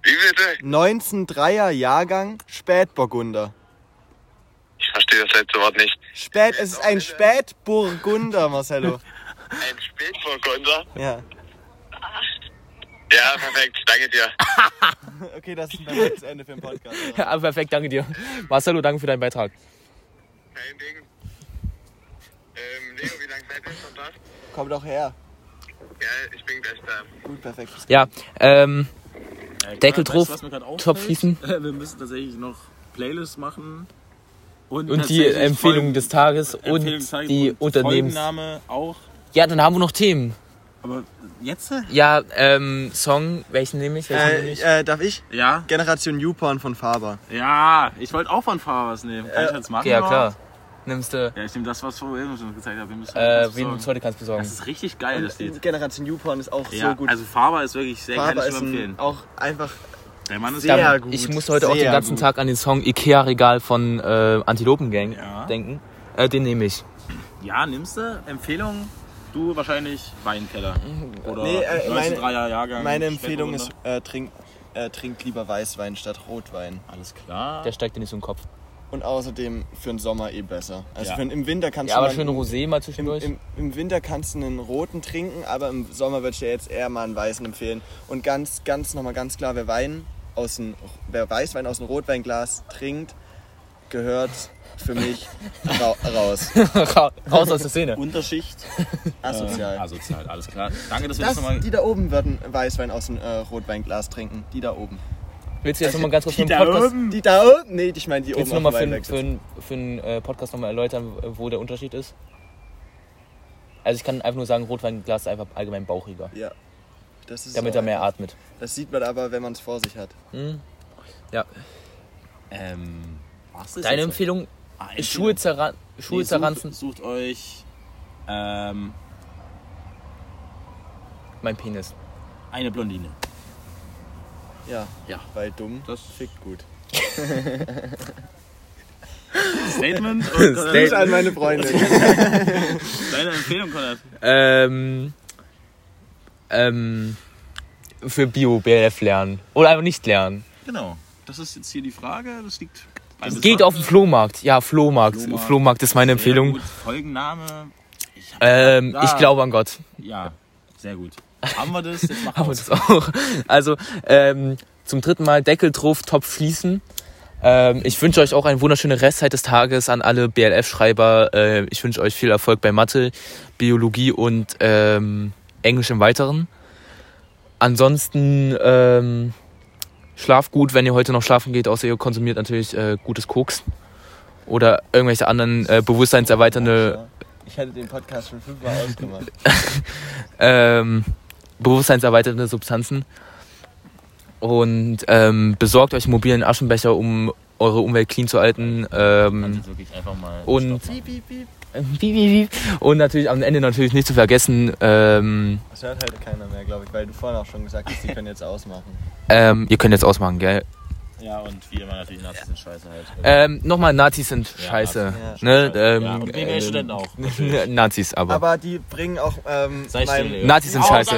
J: Wie bitte?
G: 1903er Jahrgang Spätburgunder.
J: Ich verstehe das letzte Wort nicht.
G: Spät, es ist ein Spätburgunder, Marcelo.
J: Ein Spätburgunder?
G: Ja.
J: Ja, perfekt, danke dir.
G: Okay, das ist dann das Ende für den Podcast.
A: Ja, perfekt, danke dir. Marcelo, danke für deinen Beitrag.
J: Kein Ding. Ähm, Leo, wie lange seid ihr schon da?
G: Komm doch her.
J: Ja, ich bin gleich da.
G: Gut, perfekt.
A: Ja, ähm, Deckel
B: Weißt du,
A: drauf,
B: was mir grad auffällt?
A: Topf schließen.
B: Äh, Wir müssen tatsächlich noch Playlists machen.
A: Und die
B: tatsächlich
A: Empfehlungen
B: Folgen-
A: des Tages und
B: Empfehlungen zeigen
A: die
B: und
A: Unternehmens.
B: Folgenname auch.
A: Ja, dann haben wir noch Themen.
B: Aber jetzt?
A: Ja, ähm, Song, welchen nehme ich? Welchen nehme
G: Äh,
A: ich?
G: äh, darf ich?
B: Ja,
G: Generation YouPorn von Faber.
B: ja. Ich wollte auch von Faber was nehmen. Kann ich das machen?
A: Äh, ja,
B: überhaupt?
A: klar. Nimmst du,
B: Ja, ich nehme das, was vorhin schon gezeigt habe. Wir müssen
A: äh, wen
B: das
A: du
B: besorgen.
A: uns heute kannst besorgen.
B: Das ist richtig geil, das Lied.
G: Generation YouPorn ist auch
B: Ja,
G: so gut.
B: also Faber ist wirklich sehr, kann
G: Faber
B: ich
G: ist
B: nur
G: ein,
B: empfehlen.
G: auch einfach
B: Der Mann ist
G: sehr
B: ja.
G: gut.
A: Ich muss heute auch
G: sehr
A: den ganzen
G: gut.
A: Tag an den Song Ikea Regal von äh, Antilopen Gang
B: Ja.
A: denken. Äh, den nehme ich.
B: Ja, nimmst du Empfehlungen? du wahrscheinlich Weinkeller. Oder
G: Nee, äh, meine-
B: 1903er Jahrgang.
G: Meine Empfehlung ist,
B: Spätburgunder.
G: äh, trink, äh, trinkt lieber Weißwein statt Rotwein.
B: Alles klar.
A: Der steigt dir nicht so in den Kopf.
G: Und außerdem für den Sommer eh besser. Also
B: Ja.
G: für, den- im Winter kannst
A: Ja,
G: du
A: aber
G: mal-
A: schön Rosé mal
G: im,
A: zwischendurch.
G: im, Im Winter kannst du einen roten trinken, aber im Sommer würde ich dir jetzt eher mal einen weißen empfehlen. Und ganz, ganz nochmal ganz klar, wer Wein aus dem, wer Weißwein aus dem Rotweinglas trinkt, gehört für mich ra raus.
A: Ra- Raus aus der Szene.
B: Unterschicht.
A: Äh,
G: Asozial.
A: also
B: Asozial, alles klar. Danke, dass wir das,
G: das,
B: nochmal.
G: die da oben würden Weißwein aus dem äh, Rotweinglas trinken. Die da oben.
A: Willst du jetzt nochmal ganz kurz für
G: Die
A: den
G: da
A: Podcast,
G: oben? Die da oben? Nee, ich meine die
A: willst
G: oben
A: du
G: um auf
A: noch mal
G: dem
A: für, den-
G: Weinberg.
A: für,
G: sitzen.
A: den- für einen äh, Podcast nochmal erläutern, äh, wo der Unterschied ist? Also ich kann einfach nur sagen, Rotweinglas ist einfach allgemein bauchiger,
G: Ja. Das ist
A: damit
G: so
A: er mehr atmet.
G: einfach. Das sieht man aber, wenn man es vor sich hat.
B: Ähm, was ist
A: Deine
B: jetzt?
A: Empfehlung?
B: Ah, Empfehlung.
A: Schuhe, zerran Schuhe
B: Nee,
A: zerranzen.
B: Sucht, sucht euch ähm,
A: Mein Penis.
B: eine Blondine.
G: Ja.
B: Ja.
G: Weil dumm
B: Das-
G: fickt gut.
B: Statement. Und äh,
G: Grüß an meine Freundin.
B: Deine Empfehlung, Konrad.
A: Ähm, ähm, für Bio, BLF lernen. Oder einfach nicht lernen.
B: Genau. Das ist jetzt hier die Frage. Das liegt.
A: Geht auf den Flohmarkt. Ja, Flohmarkt.
B: Flohmarkt.
A: Flohmarkt, ist meine
B: Sehr
A: Empfehlung.
B: Gut. Folgenname. Ich hab,
A: Ähm,
B: Ah.
A: Ich glaube an Gott.
B: ja, sehr gut. Haben wir das? Jetzt machen
A: Aber
B: wir
A: das auch. Also, ähm, zum dritten Mal Deckel drauf, Topf fließen. Ähm, ich wünsche euch auch eine wunderschöne Restzeit des Tages an alle BLF-Schreiber. Äh, ich wünsche euch viel Erfolg bei Mathe, Biologie und ähm, Englisch im Weiteren. Ansonsten ähm, schlaft gut, wenn ihr heute noch schlafen geht, außer ihr konsumiert natürlich äh, gutes Koks oder irgendwelche anderen äh, bewusstseinserweiternde
G: Ich hätte den Podcast schon fünfmal ausgemacht.
A: ähm, bewusstseinserweiternde Substanzen. Und ähm, besorgt euch einen mobilen Aschenbecher, um eure Umwelt clean zu halten. Ähm,
B: jetzt wirklich einfach mal.
A: und, Piep, piep, piep. und natürlich am Ende natürlich nicht zu vergessen, ähm,
G: Das hört halt keiner mehr, glaube ich, weil du vorhin auch schon gesagt hast, die können jetzt ausmachen.
A: ähm, ihr könnt jetzt ausmachen, gell?
B: Ja, und wie immer natürlich Nazis sind scheiße halt.
A: Ähm, Nochmal, Nazis sind scheiße.
G: Nazis
A: Ne? Ähm,
B: ja, und BWL-Studenten auch.
A: Nazis aber.
G: Aber die bringen auch ähm,
B: Sei still,
G: meinem
B: Leo.
A: Nazis sind scheiße.